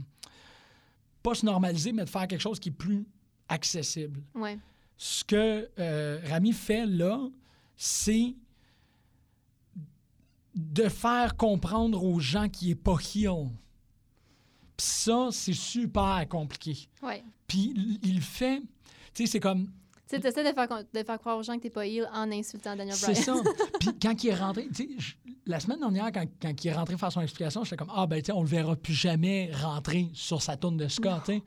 Speaker 3: pas se normaliser, mais de faire quelque chose qui est plus accessible
Speaker 5: Ouais.
Speaker 3: ce que euh, Rami fait là, c'est de faire comprendre aux gens qui est pas heel. Puis ça, c'est super compliqué.
Speaker 5: Ouais.
Speaker 3: Puis il- il fait, tu sais, c'est comme
Speaker 5: Tu sais, t'essaies de faire, con- de faire croire aux gens que t'es pas heel en insultant Daniel
Speaker 3: C'est
Speaker 5: Bryan.
Speaker 3: ça. Puis quand il est rentré, tu sais, je- la semaine dernière, quand, quand il est rentré faire son explication, j'étais comme Ah, ben, tu sais, on le verra plus jamais rentrer sur sa tourne de Scott, tu sais.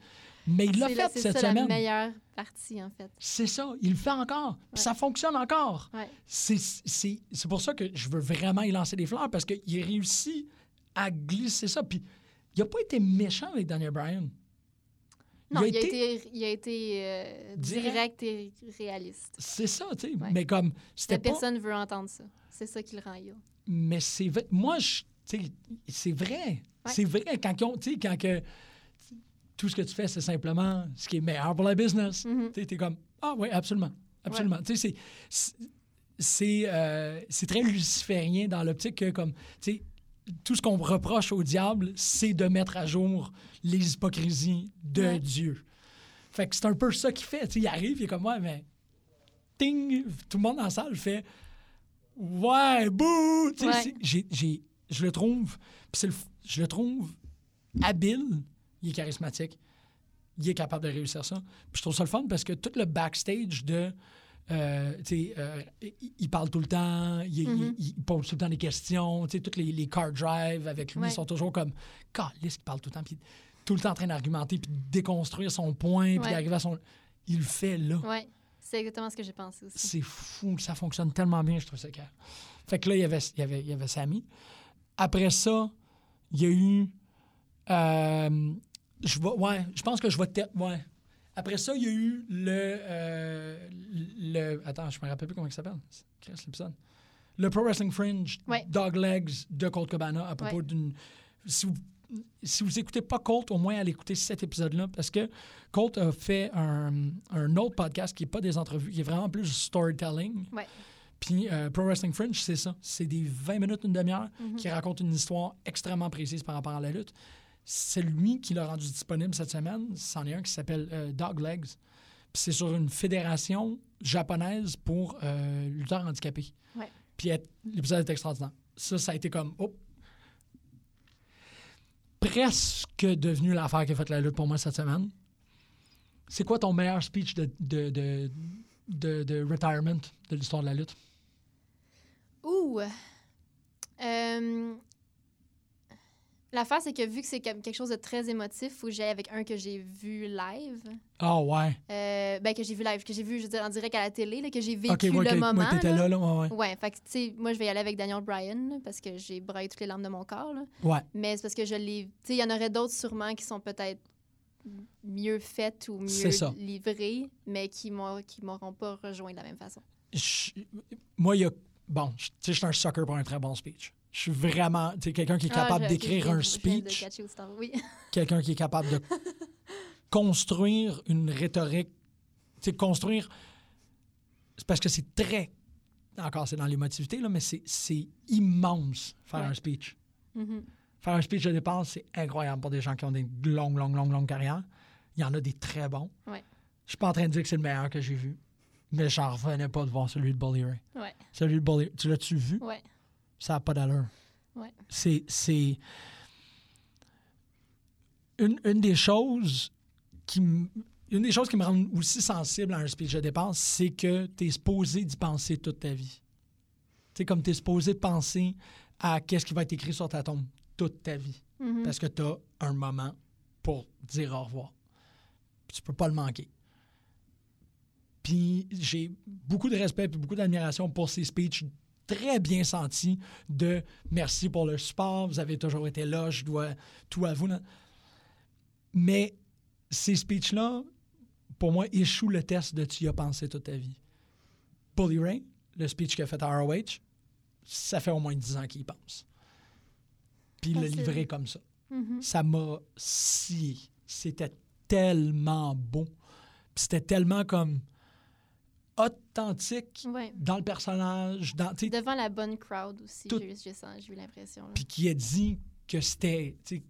Speaker 3: Mais il l'a
Speaker 5: C'est la-
Speaker 3: fait
Speaker 5: c'est
Speaker 3: cette
Speaker 5: ça la
Speaker 3: semaine.
Speaker 5: meilleure partie, en fait.
Speaker 3: C'est ça. Il le fait encore. Puis ça fonctionne encore.
Speaker 5: Ouais.
Speaker 3: C'est- C'est c'est pour ça que je veux vraiment y lancer des fleurs parce qu'il réussit à glisser ça. Puis il n'a pas été méchant avec Daniel Bryan.
Speaker 5: Non, il a été, il a été euh, direct. et réaliste.
Speaker 3: C'est ça, tu sais.
Speaker 5: Ouais.
Speaker 3: Mais comme,
Speaker 5: La
Speaker 3: c'était pas.
Speaker 5: personne veut entendre ça. C'est ça qui le rend heel.
Speaker 3: mais c'est vrai. Moi, je, tu sais, c'est vrai. C'est vrai. Quand, ils ont- tu sais, quand que- tout ce que tu fais, c'est simplement ce qui est meilleur pour la business.
Speaker 5: Mhm.
Speaker 3: Tu es comme, ah oui, absolument, absolument. Tu sais, c'est- c'est- c'est euh, c'est très luciférien dans l'optique que, comme, tu sais, tout ce qu'on reproche au diable, c'est de mettre à jour les hypocrisies de
Speaker 5: Ouais.
Speaker 3: Dieu. Fait que c'est un peu ça qu'il fait. Tu sais, il arrive, il est comme, ouais, mais ting, tout le monde dans la salle fait ouais, bouh! Tu sais,
Speaker 5: Ouais.
Speaker 3: c'est- j'ai- j'ai- je le trouve, pis c'est le f- je le trouve habile, il est charismatique, il est capable de réussir ça. Puis je trouve ça le fun parce que tout le backstage de. euh, tu sais, euh, il- il parle tout le temps, il, il-
Speaker 5: Mhm.
Speaker 3: il pose tout le temps des questions, tu sais, toutes les, les car drives avec lui
Speaker 5: Ouais.
Speaker 3: sont toujours comme, calisse, il parle tout le temps, puis tout le temps en train d'argumenter, puis de déconstruire son point, puis
Speaker 5: Ouais.
Speaker 3: d'arriver à son. Il le fait là
Speaker 5: Ouais, c'est exactement ce que j'ai pensé aussi.
Speaker 3: c'est fou, ça fonctionne tellement bien, je trouve ça carré. Fait que là, il y avait, il y avait, il y avait Sammy. Après ça, il y a eu. euh, je vais- ouais, je pense que je vais. te- Ouais. Après ça, il y a eu le. euh, le attends, je me rappelle plus comment il s'appelle. C'est Chris l'épisode. Le Pro Wrestling Fringe,
Speaker 5: Ouais.
Speaker 3: Dog Legs de Colt Cabana à propos
Speaker 5: Ouais.
Speaker 3: d'une. Si vous, si vous écoutez pas Colt, au moins allez écouter cet épisode-là parce que Colt a fait un, un autre podcast qui n'est pas des entrevues, qui est vraiment plus du storytelling.
Speaker 5: Ouais.
Speaker 3: Puis euh, Pro Wrestling Fringe, c'est ça. C'est des 20 minutes, une demi-heure
Speaker 5: Mhm.
Speaker 3: qui raconte une histoire extrêmement précise par rapport à la lutte. C'est lui qui l'a rendu disponible cette semaine. C'en est un qui s'appelle euh, Dog Legs. Puis c'est sur une fédération japonaise pour euh, lutteurs handicapés.
Speaker 5: Ouais.
Speaker 3: Puis elle- l'épisode est extraordinaire. Ça, ça a été comme... oh. Presque devenu l'affaire qui a fait la lutte pour moi cette semaine. C'est quoi ton meilleur speech de, de, de, de- de retirement de l'histoire de la lutte?
Speaker 5: Ouh! Euh, L'affaire, c'est que vu que c'est comme quelque chose de très émotif, faut que j'aille avec un que j'ai vu live.
Speaker 3: Ah ouais.
Speaker 5: Euh, ben, que j'ai vu live, que j'ai vu, je veux dire, en direct à la télé, là, que j'ai vécu
Speaker 3: Ok, ouais,
Speaker 5: le
Speaker 3: que- ouais,
Speaker 5: moment.
Speaker 3: t'étais
Speaker 5: là.
Speaker 3: là, là, ouais, ouais.
Speaker 5: Ouais, fait que, tu sais, moi, je vais y aller avec Daniel Bryan, là, parce que j'ai braillé toutes les larmes de mon corps, là.
Speaker 3: Ouais.
Speaker 5: Mais c'est parce que je l'ai. Tu sais, il y en aurait d'autres sûrement qui sont peut-être mieux faites ou
Speaker 3: C'est
Speaker 5: mieux
Speaker 3: ça.
Speaker 5: livrées, mais qui m'ont- qui m'auront pas rejoint de la même façon.
Speaker 3: je- moi, il y a. Bon, je- tu sais, je suis un sucker pour un très bon speech. Je suis vraiment. Tu sais, quelqu'un qui est
Speaker 5: Ah,
Speaker 3: capable
Speaker 5: je-
Speaker 3: d'écrire
Speaker 5: je-
Speaker 3: un
Speaker 5: je viens de
Speaker 3: speech,
Speaker 5: catcher où tu t'en vas. Oui.
Speaker 3: quelqu'un qui est capable de construire une rhétorique. Tu sais, construire. C'est parce que c'est très. Encore, c'est dans l'émotivité, là, mais c'est- c'est immense faire
Speaker 5: Ouais.
Speaker 3: un speech.
Speaker 5: Mhm.
Speaker 3: Faire un speech de dépense, c'est incroyable pour des gens qui ont des longues, longues, longues, longues carrières. Il y en a des très bons.
Speaker 5: Ouais.
Speaker 3: Je suis pas en train de dire que c'est le meilleur que j'ai vu, mais j'en revenais pas de voir celui de Bully Ray.
Speaker 5: Ouais.
Speaker 3: Celui de Bully tu l'as-tu vu?
Speaker 5: Ouais.
Speaker 3: Ça n'a pas d'allure.
Speaker 5: Ouais.
Speaker 3: C'est... c'est- Une, une des choses qui m- Une des choses qui me rend aussi sensible à un speech de dépense, c'est que tu es supposé d'y penser toute ta vie. Tu sais, comme tu es supposé de penser à qu'est-ce qui va être écrit sur ta tombe toute ta vie.
Speaker 5: Mhm.
Speaker 3: Parce que tu as un moment pour dire au revoir. Tu peux pas le manquer. Puis j'ai beaucoup de respect et beaucoup d'admiration pour ces speeches très bien sentis de merci pour le support, vous avez toujours été là, je dois tout à vous. Mais ces speeches-là, pour moi, échouent le test de tu y as pensé toute ta vie. Bully Ray, le speech qu'il a fait à ROH, ça fait au moins 10 ans qu'il y pense. Puis il l'a
Speaker 5: Facile.
Speaker 3: livré comme ça
Speaker 5: Mhm.
Speaker 3: ça m'a scié. C'était tellement beau. Puis C'était tellement comme authentique
Speaker 5: Ouais.
Speaker 3: dans le personnage, dans, tu sais,
Speaker 5: Devant la bonne crowd aussi,
Speaker 3: Tout-
Speaker 5: j'ai j'ai sens- j'ai eu l'impression. là.
Speaker 3: puis qui a dit que c'était, tu sais,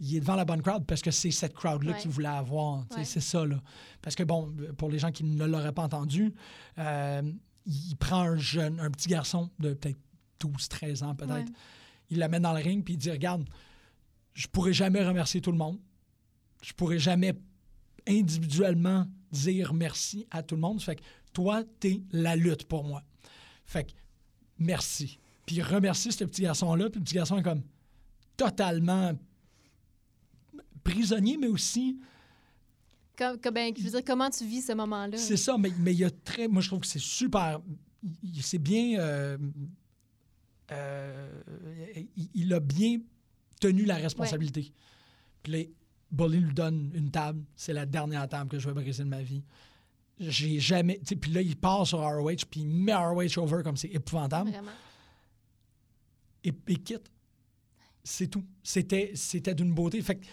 Speaker 3: il est devant la bonne crowd parce que c'est cette crowd-là
Speaker 5: Ouais.
Speaker 3: qu'il voulait avoir. tu sais,
Speaker 5: Ouais.
Speaker 3: C'est ça, là. Parce que, bon, pour les gens qui ne l'auraient pas entendu, euh, il prend un jeune, un petit garçon de peut-être 12, 13 ans, peut-être.
Speaker 5: Ouais.
Speaker 3: Il l'amène dans le ring, puis il dit Regarde, je pourrais jamais remercier tout le monde. Je pourrais jamais individuellement dire merci à tout le monde. Fait que toi, t'es la lutte pour moi. Fait que merci. Puis il remercie ce petit garçon-là, puis le petit garçon est comme totalement prisonnier, mais aussi,
Speaker 5: Comme, comme- ben, je veux dire, comment tu vis ce moment-là?
Speaker 3: c'est ça, mais, mais il y a très, moi je trouve que c'est super, il- il- c'est bien, euh, euh, il, il a bien tenu la responsabilité. Puis là, Bully lui donne une table, c'est la dernière table que je vais briser de ma vie. J'ai jamais, tu sais, puis là il part sur ROH, puis il met ROH over comme c'est épouvantable.
Speaker 5: Vraiment.
Speaker 3: et, et quitte. C'est tout. C'était, c'était d'une beauté. Fait que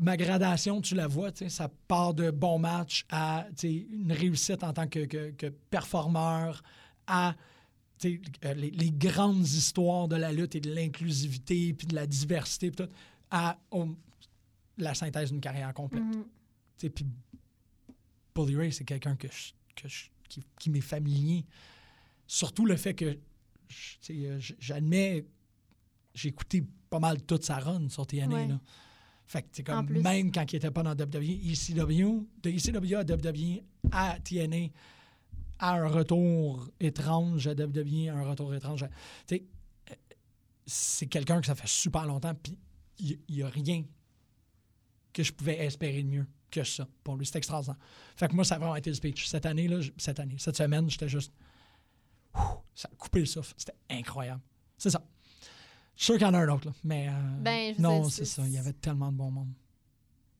Speaker 3: ma gradation, tu la vois, tu sais, ça part de bon match à tu sais, une réussite en tant que, que- que performeur, à tu sais, euh, les, les grandes histoires de la lutte et de l'inclusivité, puis de la diversité, puis tout, à on- la synthèse d'une carrière complète.
Speaker 5: Mhm.
Speaker 3: Tu sais, Puis Bully Ray, c'est quelqu'un que je- que je- qui, qui m'est familier. Surtout le fait que je- tu sais, euh, j- j'admets, j'ai écouté pas mal toute sa run sur TNA.
Speaker 5: Ouais.
Speaker 3: là. Fait que, tu sais,
Speaker 5: En
Speaker 3: comme
Speaker 5: plus.
Speaker 3: même quand il n'était pas dans WWE, ECW, de ECW à WWE à TNA, à un retour étrange à WWE, à un retour étrange. à- tu sais, euh, c'est quelqu'un que ça fait super longtemps, puis il n'y a rien que je pouvais espérer de mieux que ça pour lui. C'était extraordinaire. Fait que moi, ça a vraiment été le speech. Cette année, là, j- cette année, cette semaine, j'étais juste. Ouh, ça a coupé le souffle. C'était incroyable. C'est ça. Je suis sûr qu'il y en a un autre, là. Mais euh,
Speaker 5: Ben, je veux
Speaker 3: non,
Speaker 5: dire,
Speaker 3: c'est
Speaker 5: c'est-
Speaker 3: ça. Il y avait tellement de bon monde.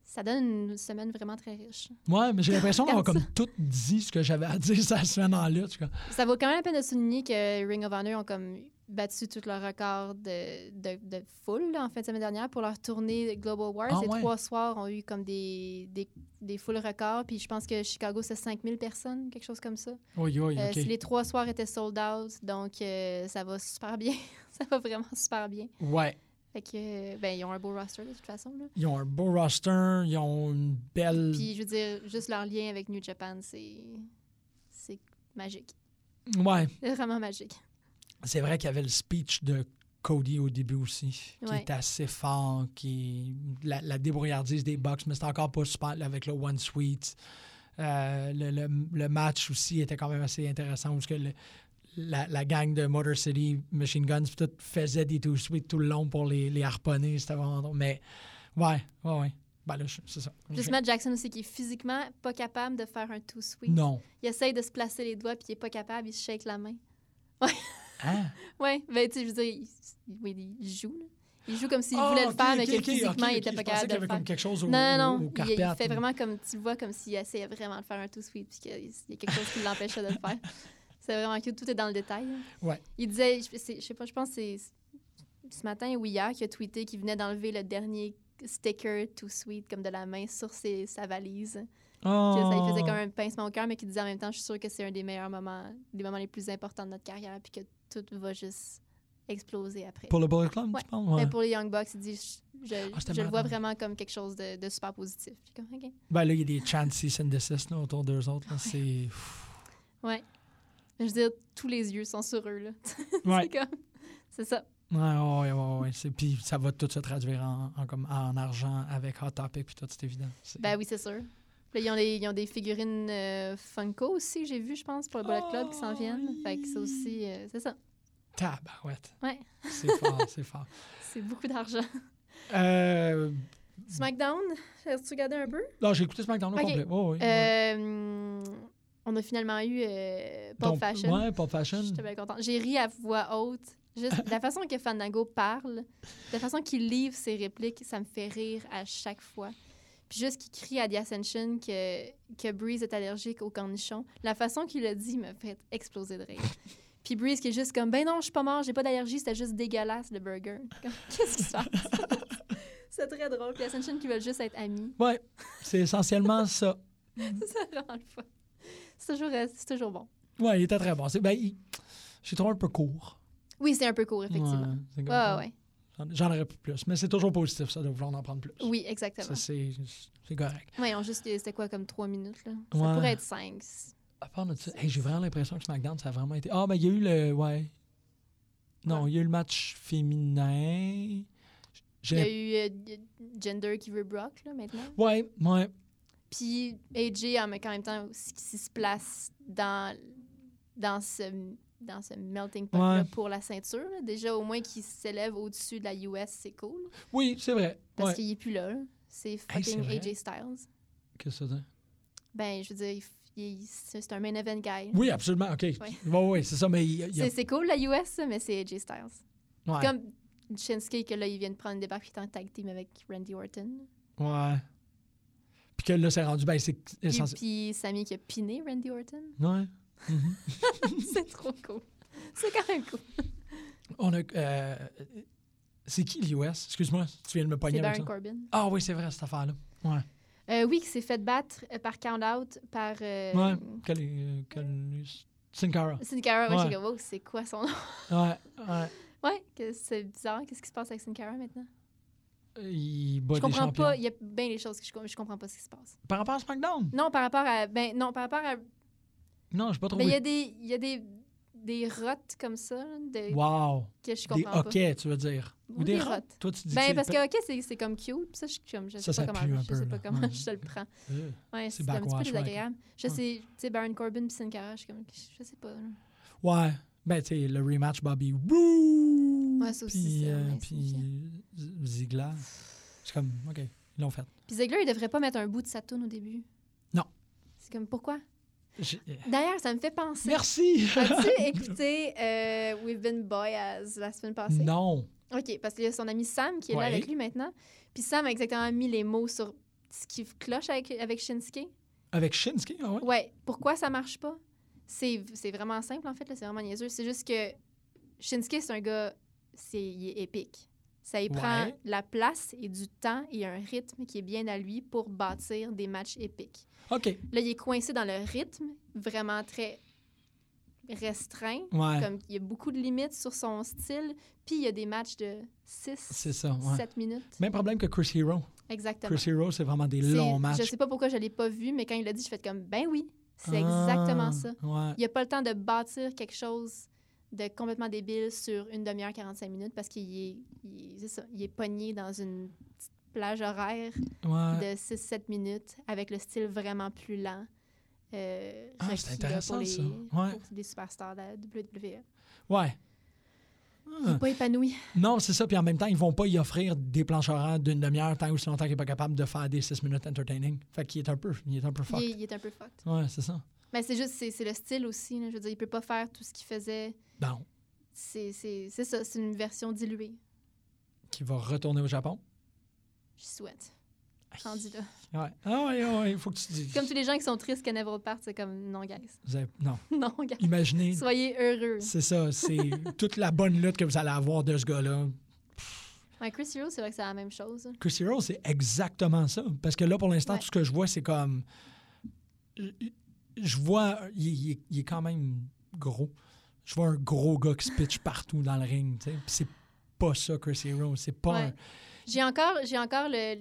Speaker 5: Ça donne une semaine vraiment très riche.
Speaker 3: Ouais, mais j'ai l'impression d'avoir
Speaker 5: Regarde
Speaker 3: comme tout dit ce que j'avais à dire cette semaine en lutte. quoi.
Speaker 5: Ça vaut quand même la peine de souligner que Ring of Honor ont comme battu tout leur record de, de, de foule là, en fin de semaine dernière pour leur tournée Global Wars.
Speaker 3: Ah
Speaker 5: Les
Speaker 3: ouais.
Speaker 5: trois soirs ont eu comme des, des, des foules records. Puis je pense que Chicago, c'est 5000 personnes, quelque chose comme ça.
Speaker 3: Oui, oui,
Speaker 5: Euh,
Speaker 3: OK.
Speaker 5: si les trois soirs étaient sold out, donc euh, ça va super bien. ça va vraiment super bien.
Speaker 3: Ouais.
Speaker 5: Fait que, euh, ben, ils ont un beau roster de toute façon. Là.
Speaker 3: Ils ont un beau roster, ils ont une belle.
Speaker 5: Puis je veux dire, juste leur lien avec New Japan, c'est c'est magique.
Speaker 3: Ouais.
Speaker 5: C'est Vraiment magique.
Speaker 3: C'est vrai qu'il y avait le speech de Cody au début aussi, qui
Speaker 5: Ouais.
Speaker 3: est assez fort, qui la, la débrouillardise des box, mais c'était encore pas super là, avec le One Sweet. Euh, le, le- le match aussi était quand même assez intéressant parce que le- la, la gang de Motor City, Machine Guns, pis tout faisait des Two Sweet tout le long pour les, les harponner. C'était vraiment drôle. Mais ouais, ouais, ouais. Ben là, je- c'est ça.
Speaker 5: Juste
Speaker 3: Je-
Speaker 5: Matt Jackson aussi, qui est physiquement pas capable de faire un tout sweet.
Speaker 3: Non.
Speaker 5: Il essaye de se placer les doigts, puis il est pas capable, il se shake la main.
Speaker 3: Hein?
Speaker 5: Ouais, ben tu sais, je veux dire, il, il- oui, il joue. là. Il joue comme s'il
Speaker 3: Ah,
Speaker 5: voulait le
Speaker 3: ok,
Speaker 5: faire, mais
Speaker 3: ok,
Speaker 5: que
Speaker 3: ok,
Speaker 5: physiquement,
Speaker 3: ok,
Speaker 5: il
Speaker 3: ok.
Speaker 5: était
Speaker 3: Je
Speaker 5: pas
Speaker 3: pensais qu'il
Speaker 5: capable
Speaker 3: y
Speaker 5: de
Speaker 3: avait
Speaker 5: le
Speaker 3: comme
Speaker 5: faire.
Speaker 3: quelque chose au,
Speaker 5: Non, non, non.
Speaker 3: au- au
Speaker 5: Il- Il,
Speaker 3: carpet,
Speaker 5: fait
Speaker 3: mais-
Speaker 5: vraiment comme, tu le vois comme s'il essayait vraiment de faire un tout sweet, puis qu'il y a quelque chose qui l'empêchait de le faire. C'est vraiment cute, tout est dans le détail.
Speaker 3: Ouais.
Speaker 5: Il disait, je, c'est- je sais pas, je pense que c'est ce matin ou hier qu'il a tweeté qu'il venait d'enlever le dernier sticker tout sweet, comme de la main, sur ses- sa valise. Que ça lui faisait
Speaker 3: Ah.
Speaker 5: comme un pincement au cœur, mais qu'il disait en même temps, je suis sûre que c'est un des meilleurs moments, des moments les plus importants de notre carrière, puis que tout va juste exploser après.
Speaker 3: Pour le Bullet Club,
Speaker 5: Ouais.
Speaker 3: tu penses? Ouais.
Speaker 5: Mais Ben, pour les Young Bucks, il dit, je, je-
Speaker 3: Ah, c'était
Speaker 5: je le vois
Speaker 3: malade.
Speaker 5: vraiment comme quelque chose de, de super positif. Puis comme, OK.
Speaker 3: Ben là, il y a des chants cease and desist là, autour d'eux autres. là. C'est. pff,
Speaker 5: Je veux dire, tous les yeux sont sur eux, là.
Speaker 3: Ouais.
Speaker 5: C'est comme- C'est ça.
Speaker 3: Ouais, ouais, ouais, ouais, ouais. C'est- Puis ça va tout se traduire en, en comme, en argent avec Hot Topic, puis tout, c'est évident. C'est-
Speaker 5: Ben oui, c'est sûr. Puis là, ils ont, les- ils ont des figurines euh, Funko aussi, j'ai vu, je pense, pour le Bullet Club qui s'en
Speaker 3: Oh,
Speaker 5: viennent. Fait que c'est aussi... euh, c'est ça.
Speaker 3: Tabarouette.
Speaker 5: Ouais.
Speaker 3: C'est fort, c'est fort.
Speaker 5: C'est beaucoup d'argent.
Speaker 3: Euh,
Speaker 5: SmackDown, as-tu regardé un peu?
Speaker 3: non, j'ai écouté ce McDonald's
Speaker 5: Ok.
Speaker 3: complet. Ouais, ouais, ouais.
Speaker 5: Euh, on a finalement eu euh, Pulp
Speaker 3: Donc,
Speaker 5: Fashion.
Speaker 3: Ouais, Pop Fashion.
Speaker 5: J'étais bien contente. J'ai ri à voix haute. Juste la façon que Fandango parle, la façon qu'il livre ses répliques, ça me fait rire à chaque fois. Puis juste qu'il crie à The Ascension que, que Breeze est allergique aux cornichons, la façon qu'il le dit me fait exploser de rire. Puis Breeze qui est juste comme, ben non, je suis pas mort, j'ai pas d'allergie, c'était juste dégueulasse le burger. Comme, Qu'est-ce qui se passe? C'est très drôle. Puis Ascension qui veulent juste être amis.
Speaker 3: Ouais, c'est essentiellement ça.
Speaker 5: C'est vraiment le fun. C'est toujours, euh, c'est toujours bon.
Speaker 3: Ouais, il était très bon. C'est- Ben, il- j'ai trouvé un peu court.
Speaker 5: Oui, c'est un peu court, effectivement.
Speaker 3: Ouais, c'est comme-
Speaker 5: Ouais, ouais, ouais.
Speaker 3: J'en- J'en aurais pu plus. Mais c'est toujours positif, ça, de vouloir en prendre plus.
Speaker 5: Oui,
Speaker 3: Ça,
Speaker 5: exactement.
Speaker 3: c'est c'est correct.
Speaker 5: Oui, on juste que c'était quoi comme trois minutes là. Ça
Speaker 3: Ouais.
Speaker 5: pourrait être cinq. C'est-
Speaker 3: À part notre... Hey, j'ai vraiment l'impression que SmackDown, ça a vraiment été. Ah, ben, il y a eu le. Ouais. Non, il y a eu le match féminin.
Speaker 5: Il y
Speaker 3: J'ai...
Speaker 5: a eu euh, Gender qui veut Brock là maintenant.
Speaker 3: Ouais, ouais.
Speaker 5: Puis AJ en même- en même temps aussi qui se place dans dans ce dans ce melting pot là
Speaker 3: Ouais.
Speaker 5: pour la ceinture. là. Déjà au moins qu'il s'élève au-dessus de la US, c'est cool
Speaker 3: Oui, c'est vrai.
Speaker 5: parce
Speaker 3: Ouais.
Speaker 5: qu'il est plus là. là. C'est fucking
Speaker 3: vrai.
Speaker 5: AJ Styles.
Speaker 3: Qu'est-ce que ça dit?
Speaker 5: Ben je veux dire, il f- il- c'est c'est un main event guy.
Speaker 3: Oui, absolument. OK. Ouais, ouais, c'est ça. Mais il y a. il y a-
Speaker 5: C'est c'est cool la US, mais c'est AJ Styles.
Speaker 3: Ouais.
Speaker 5: Comme Shinsuke que là il vient de prendre une débarque puis il est en tag team avec Randy Orton.
Speaker 3: ouais. Puis que là, c'est rendu. Ben, c'est
Speaker 5: Puis,
Speaker 3: essentiel.
Speaker 5: puis Samy qui a piné Randy Orton.
Speaker 3: Ouais.
Speaker 5: c'est trop cool. C'est quand même cool.
Speaker 3: On a. euh, C'est qui l'US? Excuse-moi, tu viens de me pogner
Speaker 5: C'est
Speaker 3: avec
Speaker 5: Baron
Speaker 3: ça.
Speaker 5: Corbin.
Speaker 3: Ah oui, c'est vrai, cette affaire-là. Ouais.
Speaker 5: Euh, oui, qui s'est fait battre euh, par count-out par euh,
Speaker 3: Ouais. Quel est. euh, quel- Sin Cara.
Speaker 5: Sin Cara. Ouais,
Speaker 3: Ouais.
Speaker 5: j'ai comme, Wow, c'est quoi son nom?
Speaker 3: Ouais, ouais.
Speaker 5: ouais, que c'est bizarre. Qu'est-ce qui se passe avec Sin Cara maintenant?
Speaker 3: Il bat
Speaker 5: je
Speaker 3: des
Speaker 5: comprends
Speaker 3: champions.
Speaker 5: pas. Il y a bien des choses que je, com- je comprends pas ce qui se passe.
Speaker 3: Par rapport à SmackDown?
Speaker 5: Non, par rapport à. Ben, non, par rapport à.
Speaker 3: Non, j'ai pas
Speaker 5: Ben, il y
Speaker 3: trouvé.
Speaker 5: a des. Il y a des. Des rottes comme ça, là, de-
Speaker 3: Wow.
Speaker 5: que je
Speaker 3: Des
Speaker 5: comprends pas.
Speaker 3: hockey, tu veux dire.
Speaker 5: Ou des
Speaker 3: rats.
Speaker 5: rottes.
Speaker 3: Toi, tu dis
Speaker 5: Ben,
Speaker 3: c'est
Speaker 5: parce
Speaker 3: pe-
Speaker 5: que, OK, c'est- c'est comme cute. Puis ça, je, suis comme, je sais
Speaker 3: Ça, ça
Speaker 5: pas
Speaker 3: pue
Speaker 5: comment,
Speaker 3: un
Speaker 5: je
Speaker 3: peu,
Speaker 5: sais
Speaker 3: là.
Speaker 5: pas comment
Speaker 3: Ouais.
Speaker 5: je le prends.
Speaker 3: Euh,
Speaker 5: Ouais, c'est
Speaker 3: C'est
Speaker 5: un petit peu
Speaker 3: backwash, ouais.
Speaker 5: désagréable. Je
Speaker 3: Ouais.
Speaker 5: sais, tu sais, Baron Corbin puis Sin Cara, je suis comme, je sais pas. là.
Speaker 3: Ouais. Ben, tu sais, le rematch Bobby Roode.
Speaker 5: Ouais, ça aussi,
Speaker 3: Puis,
Speaker 5: c'est
Speaker 3: euh,
Speaker 5: nice,
Speaker 3: puis Z- Ziggler. C'est comme, OK, ils l'ont fait.
Speaker 5: Puis Ziegler, il devrait pas mettre un bout de sa toune au début.
Speaker 3: Non.
Speaker 5: C'est comme, pourquoi?
Speaker 3: J'ai-
Speaker 5: D'ailleurs, ça me fait penser.
Speaker 3: Merci!
Speaker 5: As-tu écouté euh, We've Been Boys la semaine passée?
Speaker 3: non.
Speaker 5: OK, parce qu'il y a son ami Sam qui est
Speaker 3: Ouais.
Speaker 5: là avec lui maintenant. Puis Sam a exactement mis les mots sur ce qui cloche avec, avec Shinsuke.
Speaker 3: Avec Shinsuke, ah ouais?
Speaker 5: Ouais, pourquoi ça marche pas? C'est c'est vraiment simple, en fait, là, c'est vraiment niaiseux. C'est juste que Shinsuke, c'est un gars, c'est il est épique. Ça y prend
Speaker 3: Ouais.
Speaker 5: la place et du temps et un rythme qui est bien à lui pour bâtir des matchs épiques.
Speaker 3: OK.
Speaker 5: Là, il est coincé dans le rythme, vraiment très restreint.
Speaker 3: Ouais.
Speaker 5: Comme il y a beaucoup de limites sur son style, puis il y a des matchs de 6,
Speaker 3: C'est ça, ouais.
Speaker 5: 7 minutes.
Speaker 3: Même problème que Chris Hero.
Speaker 5: Exactement.
Speaker 3: Chris Hero, c'est vraiment des
Speaker 5: C'est-
Speaker 3: longs
Speaker 5: Je
Speaker 3: matchs.
Speaker 5: sais pas pourquoi je l'ai pas vu, mais quand il l'a dit, je fais comme ben oui, c'est exactement
Speaker 3: Ah,
Speaker 5: ça.
Speaker 3: Ouais.
Speaker 5: Il n'y a pas le temps de bâtir quelque chose de complètement débile sur une demi-heure, 45 minutes parce qu'il est, il est- c'est ça, il est pogné dans une petite plage horaire
Speaker 3: ouais.
Speaker 5: de 6-7 minutes avec le style vraiment plus lent. euh,
Speaker 3: Ah,
Speaker 5: requis,
Speaker 3: c'est
Speaker 5: là,
Speaker 3: intéressant,
Speaker 5: pour les,
Speaker 3: ça. Ouais.
Speaker 5: pour les superstars de la WWE.
Speaker 3: Ouais.
Speaker 5: Il
Speaker 3: Ah.
Speaker 5: n'est pas épanoui.
Speaker 3: Non, c'est ça. Puis en même temps, ils vont pas y offrir des planches horaires d'une demi-heure tant ou si longtemps qu'il n'est pas capable de faire des 6 minutes entertaining. Fait qu'il est un peu, il est un peu
Speaker 5: Il
Speaker 3: fucked.
Speaker 5: est, il est un peu fucked.
Speaker 3: Ouais, c'est ça.
Speaker 5: Mais c'est juste, c'est c'est le style aussi. là. Je veux dire, il peut pas faire tout ce qu'il faisait.
Speaker 3: Non.
Speaker 5: C'est c'est- c'est ça, c'est une version diluée.
Speaker 3: Qui va retourner au Japon.
Speaker 5: Je souhaite. Rendu là.
Speaker 3: Ouais. Ah ouais, ouais, ouais, il faut que tu dises.
Speaker 5: Comme tous les gens qui sont tristes que Neville parte, c'est comme non, guys.
Speaker 3: Vous avez- Non.
Speaker 5: Non, guys.
Speaker 3: Imaginez,
Speaker 5: Soyez heureux.
Speaker 3: c'est ça, c'est toute la bonne lutte que vous allez avoir de ce gars-là.
Speaker 5: Ouais, Chris Hero, c'est vrai que c'est la même chose.
Speaker 3: Chris Hero, c'est exactement ça. Parce que là, pour l'instant,
Speaker 5: Ouais.
Speaker 3: tout ce que je vois, c'est comme. Je- Je vois. Il, il est- il est quand même gros. Je vois un gros gars qui se pitch partout dans le ring. tu sais. Puis c'est pas ça, Chris Hero. C'est pas
Speaker 5: Ouais.
Speaker 3: un-
Speaker 5: J'ai encore, j'ai encore le,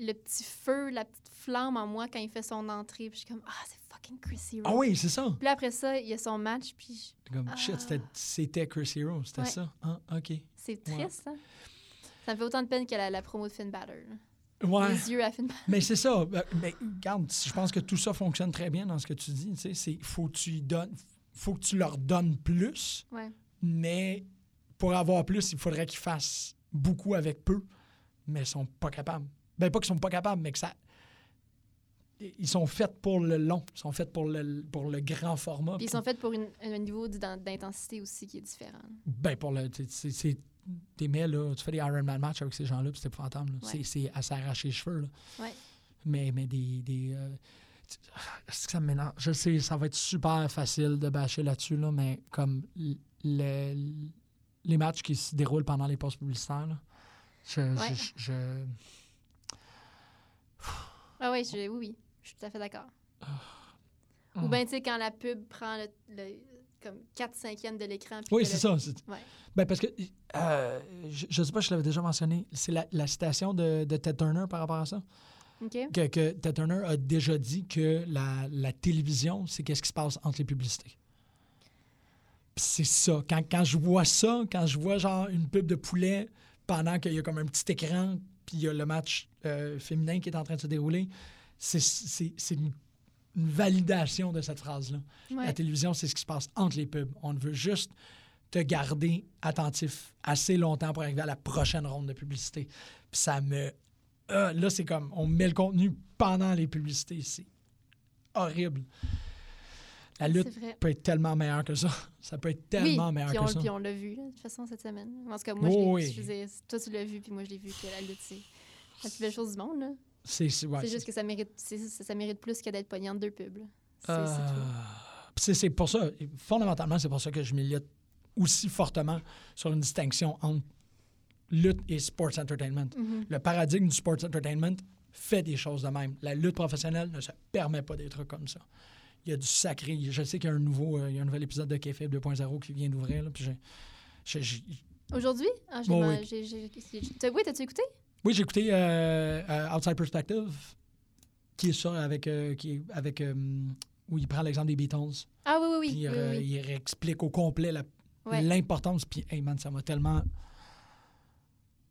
Speaker 5: le petit feu, la petite flamme en moi quand il fait son entrée. Puis je suis comme, ah, c'est fucking Chris Hero.
Speaker 3: Ah oui, c'est ça.
Speaker 5: Puis là, après ça, il y a son match, puis je-
Speaker 3: C'est Comme, shit, c'était- c'était Chris Hero. C'était
Speaker 5: Ah. Ouais.
Speaker 3: ça. Ah, OK.
Speaker 5: c'est
Speaker 3: Ouais.
Speaker 5: triste. hein. Ça me fait autant de peine que la, la promo de Finn Balor. là.
Speaker 3: Ouais.
Speaker 5: Les yeux à Finn Balor.
Speaker 3: Mais c'est ça. Ben, Mais regarde, je pense que tout ça fonctionne très bien dans ce que tu dis. Tu sais, c'est faut que tu y donnes, faut que tu leur donnes plus,
Speaker 5: Ouais.
Speaker 3: mais pour avoir plus, il faudrait qu'ils fassent beaucoup avec peu, mais ils sont pas capables. Ben pas qu'ils sont pas capables, mais que ça, ils sont faits pour le long, ils sont faits pour le pour le grand format.
Speaker 5: Puis ils sont faits pour une- un niveau d'ident- d'intensité aussi qui est différent.
Speaker 3: Ben pour le, tu sais, c'est- c'est- t'es mets là, tu fais des Iron Man match avec ces gens-là, puis c'est épouvantable. là.
Speaker 5: Ouais.
Speaker 3: C'est- C'est à s'arracher les cheveux. Là.
Speaker 5: Ouais.
Speaker 3: mais, mais des. des euh, tu- ah, est-ce que ça me mélange? Je sais, ça va être super facile de bâcher là-dessus, là, mais comme l- le- les matchs qui se déroulent pendant les pauses publicitaires, là, je, je-
Speaker 5: Ouais.
Speaker 3: je- je-
Speaker 5: Ah ouais, je, oui, oui, je suis tout à fait d'accord.
Speaker 3: Ah.
Speaker 5: Ou bien, tu sais, quand la pub prend le, le- comme 4 cinquièmes de l'écran. puis
Speaker 3: Oui,
Speaker 5: que
Speaker 3: c'est
Speaker 5: le-
Speaker 3: ça. c'est-
Speaker 5: Ouais.
Speaker 3: Ben, parce que euh, je, je sais pas si je l'avais déjà mentionné, c'est la, la citation de, de Ted Turner par rapport à ça.
Speaker 5: OK?
Speaker 3: Que, que Ted Turner a déjà dit que la, la télévision, c'est qu'est-ce qui se passe entre les publicités. Puis C'est ça. Quand, quand je vois ça, quand je vois genre une pub de poulet pendant qu'il y a comme un petit écran, puis il y a le match euh, féminin qui est en train de se dérouler, c'est- c'est c'est une, une validation de cette phrase-là. La
Speaker 5: Ouais.
Speaker 3: télévision, c'est ce qui se passe entre les pubs. On veut juste te garder attentif assez longtemps pour arriver à la prochaine ronde de publicité. Puis ça me... Ah, là, c'est comme, on met le contenu pendant les publicités. C'est horrible. La lutte
Speaker 5: C'est vrai.
Speaker 3: peut être tellement meilleure que ça. Ça peut être tellement
Speaker 5: oui,
Speaker 3: meilleur
Speaker 5: puis
Speaker 3: que
Speaker 5: on,
Speaker 3: ça.
Speaker 5: Puis on l'a vu, là, de toute façon, cette semaine. En tout cas, moi, je
Speaker 3: Oui,
Speaker 5: l'ai-
Speaker 3: oui.
Speaker 5: je veux dire, toi, tu l'as vu, puis moi, je l'ai vu, que la lutte, c'est la plus belle chose du monde. là.
Speaker 3: C'est c'est- ouais,
Speaker 5: c'est juste que ça mérite, c'est- ça, ça mérite plus que d'être pognante deux pubs. là. C'est
Speaker 3: Euh,
Speaker 5: c'est tout.
Speaker 3: puis c'est c'est pour ça, fondamentalement, c'est pour ça que je milite aussi fortement sur une distinction entre lutte et sports entertainment.
Speaker 5: Mm-hmm.
Speaker 3: Le paradigme du sports entertainment fait des choses de même. La lutte professionnelle ne se permet pas des trucs comme ça. Il y a du sacré. Je sais qu'il y a un nouveau, euh, il y a un nouvel épisode de Kayfabe 2.0 qui vient d'ouvrir. là, puis j'ai- j'ai- j'ai-
Speaker 5: Aujourd'hui? Ah, j'ai
Speaker 3: Bon,
Speaker 5: demandé-
Speaker 3: oui.
Speaker 5: j'ai- j'ai- j'ai- t'as- Oui, t'as-tu écouté?
Speaker 3: Oui, j'ai écouté euh, euh, Outside Perspective, qui est ça avec, euh, qui est avec euh, où il prend l'exemple des Beatles,
Speaker 5: Ah oui, oui,
Speaker 3: puis il,
Speaker 5: oui. oui,
Speaker 3: re-
Speaker 5: oui.
Speaker 3: il réexplique au complet la-
Speaker 5: Ouais.
Speaker 3: l'importance. Puis, hey man, ça m'a tellement.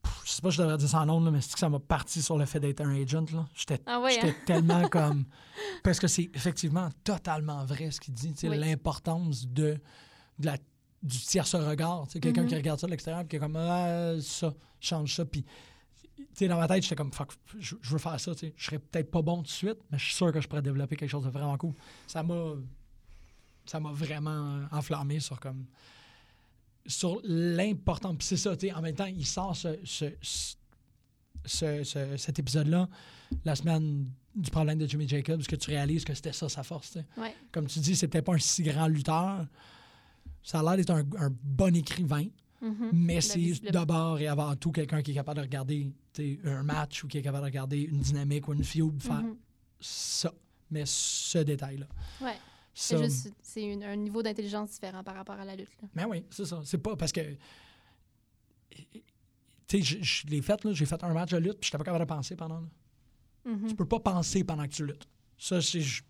Speaker 3: Pff, Je sais pas, si je devrais dire ça en ondes, là, mais c'est que ça m'a parti sur le fait d'être un agent. là. J'étais
Speaker 5: Ah ouais,
Speaker 3: j'étais
Speaker 5: hein?
Speaker 3: tellement comme. Parce que c'est effectivement totalement vrai ce qu'il dit, tu sais,
Speaker 5: Oui.
Speaker 3: l'importance de, de la, du tierce regard. tu sais, Quelqu'un qui regarde ça de l'extérieur et qui est comme Ah, ça, change ça. Puis, tu sais, dans ma tête, j'étais comme Fuck, je, je veux faire ça. tu sais. Je serais peut-être pas bon tout de suite, mais je suis sûr que je pourrais développer quelque chose de vraiment cool. Ça m'a. Ça m'a vraiment enflammé sur comme sur l'important. Puis c'est ça, tu sais, en même temps, il sort ce, ce- ce- ce- ce- cet épisode-là la semaine du problème de Jimmy Jacobs, que tu réalises que c'était ça sa force. tu sais.
Speaker 5: Ouais.
Speaker 3: Comme tu dis, c'est peut-être pas un si grand lutteur. Ça a l'air d'être un, un bon écrivain,
Speaker 5: Mhm.
Speaker 3: mais c'est
Speaker 5: visiblement.
Speaker 3: d'abord et avant tout quelqu'un qui est capable de regarder tu sais, un match ou qui est capable de regarder une dynamique ou une feud, faire
Speaker 5: Mhm.
Speaker 3: ça. Mais ce détail-là.
Speaker 5: Ouais.
Speaker 3: Ça,
Speaker 5: C'est juste, c'est une- un niveau d'intelligence différent par rapport à la lutte. là.
Speaker 3: Mais Ben oui, c'est ça. C'est pas parce que. Tu sais, je- je l'ai fait, là. J'ai fait un match de lutte, puis j'étais pas capable de penser pendant. là.
Speaker 5: Mhm.
Speaker 3: Tu peux pas penser pendant que tu luttes. Ça, c'est. je-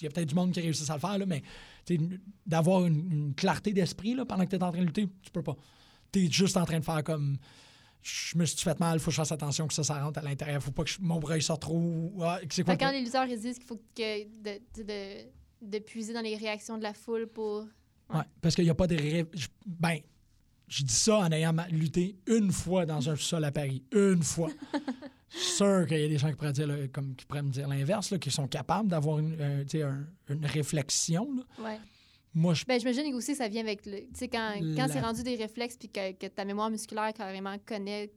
Speaker 3: Il y a peut-être du monde qui réussit à le faire, là, mais tu sais, d'avoir une, une clarté d'esprit là, pendant que tu es en train de lutter, tu peux pas. Tu es juste en train de faire comme. Je me suis fait mal, faut que je fasse attention que ça, ça rentre à l'intérieur. Faut pas que je- mon bras il sorte trop. Ah, c'est quoi
Speaker 5: Fait que quand
Speaker 3: le-
Speaker 5: les lutteurs ils disent qu'il faut que de, de, de- de puiser dans les réactions de la foule pour.
Speaker 3: Ouais, parce qu'il n'y a pas de rêve. je- Ben, je dis ça en ayant ma- lutté une fois dans un sol à Paris. Une fois. Je suis sûr qu'il y a des gens qui pourraient, dire, là, comme, qui pourraient me dire l'inverse, là, qui sont capables d'avoir une, euh, tu sais, un- une réflexion. là.
Speaker 5: Ouais.
Speaker 3: Moi, je.
Speaker 5: Ben, j'imagine aussi que ça vient avec le. Tu sais, quand, quand
Speaker 3: La-
Speaker 5: c'est rendu des réflexes puis que, que ta mémoire musculaire carrément connaît. Tu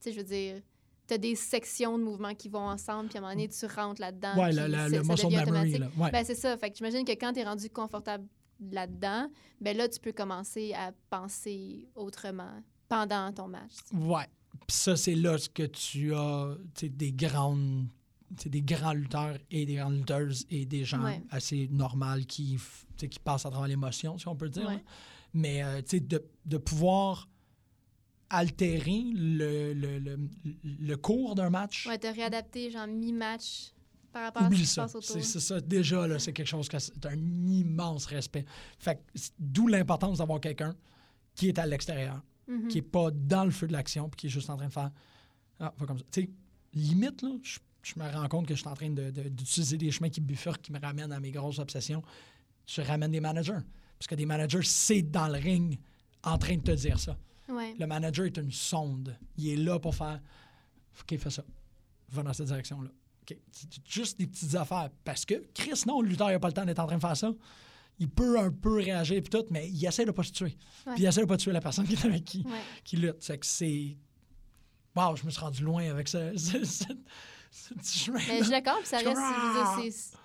Speaker 5: sais, je veux dire, t'as des sections de mouvements qui vont ensemble puis à un moment donné, tu rentres là-dedans.
Speaker 3: Ouais,
Speaker 5: puis
Speaker 3: la- la-
Speaker 5: ça-
Speaker 3: le
Speaker 5: Ah, ça
Speaker 3: muscle
Speaker 5: devient
Speaker 3: memory.
Speaker 5: automatique.
Speaker 3: Là. Ouais.
Speaker 5: Ben, c'est ça. Fait que j'imagine que quand t'es rendu confortable là-dedans, ben là, tu peux commencer à penser autrement pendant ton match.
Speaker 3: Ouais. Puis ça, c'est là ce que tu as tu sais, des grandes tu sais, des grands lutteurs et des grandes lutteuses et des gens
Speaker 5: Ouais.
Speaker 3: assez normaux qui, f- tu sais, qui passent à travers l'émotion, si on peut dire.
Speaker 5: Ouais.
Speaker 3: là. Mais euh, tu sais, de, de pouvoir altérer le, le, le, le cours d'un match,
Speaker 5: Ouais, te réadapter, genre, mi-match par rapport à
Speaker 3: oublie
Speaker 5: ce qui se
Speaker 3: ça.
Speaker 5: passe autour.
Speaker 3: C'est c'est ça. Déjà, là, c'est quelque chose que c'est un immense respect. Fait que c'est- d'où l'importance d'avoir quelqu'un qui est à l'extérieur
Speaker 5: Mhm.
Speaker 3: qui est pas dans le feu de l'action puis qui est juste en train de faire ah pas comme ça tu sais limite là je, je me rends compte que je suis en train de- de- d'utiliser des chemins qui bifurquent qui me ramènent à mes grosses obsessions je ramène des managers parce que des managers c'est dans le ring en train de te dire ça
Speaker 5: Ouais.
Speaker 3: le manager est une sonde il est là pour faire ok fais ça va dans cette direction là ok C'est juste des petites affaires parce que Chris non le lutteur il a pas le temps d'être en train de faire ça il peut un peu réagir et tout mais il essaie de pas se tuer
Speaker 5: Ouais.
Speaker 3: puis il essaie de pas tuer la personne qui est avec qui
Speaker 5: Ouais.
Speaker 3: qui lutte. C'est que c'est. Wow, je me suis rendu loin avec ce, ce- ce- ce petit chemin.
Speaker 5: Mais je suis d'accord, puis ça
Speaker 3: Je-
Speaker 5: reste. je veux dire, c'est-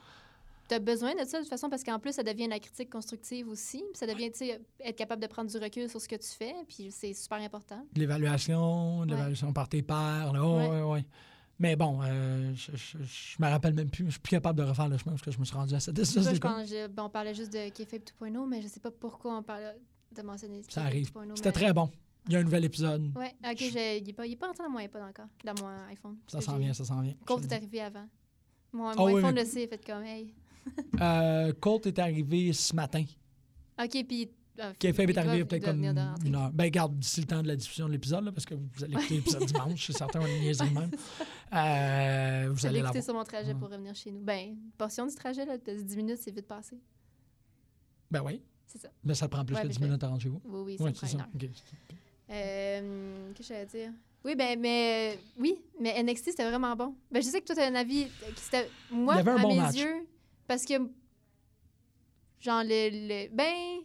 Speaker 5: T'as besoin de ça de toute façon parce qu'en plus, ça devient de la critique constructive aussi. puis Ça devient, tu sais, être capable de prendre du recul sur ce que tu fais, puis c'est super important.
Speaker 3: L'évaluation, l'évaluation par tes pairs. là, oh,
Speaker 5: Ouais.
Speaker 3: ouais, ouais. Mais bon, euh, je, je- je me rappelle même plus. Je suis plus capable de refaire le chemin parce que je me suis rendu à cette espèce
Speaker 5: Toi,
Speaker 3: de
Speaker 5: je pense- je- bon, on parlait juste de Kayfabe 2.0, mais je sais pas pourquoi on parlait de mentionner
Speaker 3: Ça
Speaker 5: Kayfabe
Speaker 3: arrive.
Speaker 5: 2.0,
Speaker 3: C'était
Speaker 5: mais-
Speaker 3: très bon. Il y a un nouvel épisode.
Speaker 5: Ouais, ok, je- il est pas, il est pas rentré dans mon iPod encore, dans mon iPhone.
Speaker 3: Ça
Speaker 5: parce que
Speaker 3: s'en
Speaker 5: j'ai-
Speaker 3: vient, ça s'en vient.
Speaker 5: Colt est arrivé avant. Mon,
Speaker 3: Ah
Speaker 5: mon
Speaker 3: oui,
Speaker 5: iPhone
Speaker 3: mais-
Speaker 5: le sait, fait comme, hey.
Speaker 3: Euh, Colt est arrivé ce matin.
Speaker 5: Ok, puis. ah,
Speaker 3: Kayfabe
Speaker 5: il
Speaker 3: est
Speaker 5: doit-
Speaker 3: arrivé
Speaker 5: il
Speaker 3: peut-être
Speaker 5: doit
Speaker 3: comme
Speaker 5: venir de rentrer.
Speaker 3: une heure. Ben, garde, d'ici le temps de la diffusion de l'épisode, là, parce que vous allez écouter l'épisode dimanche, c'est certain, on est niaiserie de même. Euh, vous
Speaker 5: Je l'ai
Speaker 3: allez l'avoir.
Speaker 5: écouté sur mon trajet
Speaker 3: Ouais.
Speaker 5: pour revenir chez nous. Ben, une portion du trajet, là, de 10 minutes, c'est vite passé.
Speaker 3: Ben oui.
Speaker 5: C'est ça.
Speaker 3: Mais ça te prend plus
Speaker 5: Ouais,
Speaker 3: que
Speaker 5: mais
Speaker 3: 10
Speaker 5: je-
Speaker 3: minutes à rendre chez vous.
Speaker 5: Oui, oui, ça
Speaker 3: Oui,
Speaker 5: prend
Speaker 3: c'est
Speaker 5: une
Speaker 3: ça.
Speaker 5: heure.
Speaker 3: OK.
Speaker 5: Euh, Qu'est-ce que j'allais dire? Oui, ben, mais oui, mais NXT, c'était vraiment bon. Ben, je sais que toi, t'as un avis euh, qui c'était. Moi,
Speaker 3: Il y avait un
Speaker 5: à
Speaker 3: bon
Speaker 5: mes
Speaker 3: match.
Speaker 5: yeux, parce que. Genre, le. le- ben.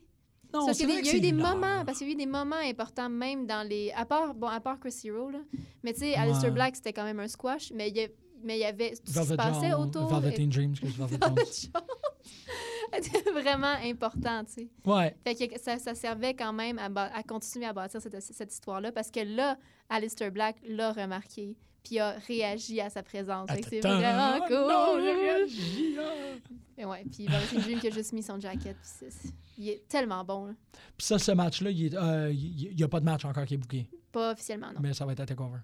Speaker 3: Non,
Speaker 5: Parce
Speaker 3: c'est
Speaker 5: qu'il y
Speaker 3: vrai
Speaker 5: a- il
Speaker 3: que
Speaker 5: y a eu
Speaker 3: c'est
Speaker 5: des
Speaker 3: une heure.
Speaker 5: moments, parce qu'il y a eu des moments importants même dans les, à part, bon, à part Chris Hero, là, mais tu sais,
Speaker 3: Ouais.
Speaker 5: Alistair Black, c'était quand même un squash, mais il y, a- mais il y avait ce qui se
Speaker 3: Velvet
Speaker 5: passait
Speaker 3: Jones-
Speaker 5: autour.
Speaker 3: Velvet
Speaker 5: et-
Speaker 3: and Dreams, que je Velvet
Speaker 5: Velvet
Speaker 3: Jones.
Speaker 5: Jones. vraiment important, tu sais.
Speaker 3: Ouais.
Speaker 5: Fait que ça, ça servait quand même à, ba- à continuer à bâtir cette, cette histoire-là parce que là, Alistair Black l'a remarqué puis a réagi à sa présence. Fait que c'est
Speaker 3: Attends.
Speaker 5: vraiment
Speaker 3: Ah,
Speaker 5: cool.
Speaker 3: non, j'ai réagi, ah.
Speaker 5: Mais ouais, puis Boris Green qui a juste mis son jacket. Puis c'est- il est tellement bon. là.
Speaker 3: Puis ça, ce match-là, il n'y a pas de match encore qui est booké,
Speaker 5: Pas officiellement, non.
Speaker 3: mais ça va être à TakeOver.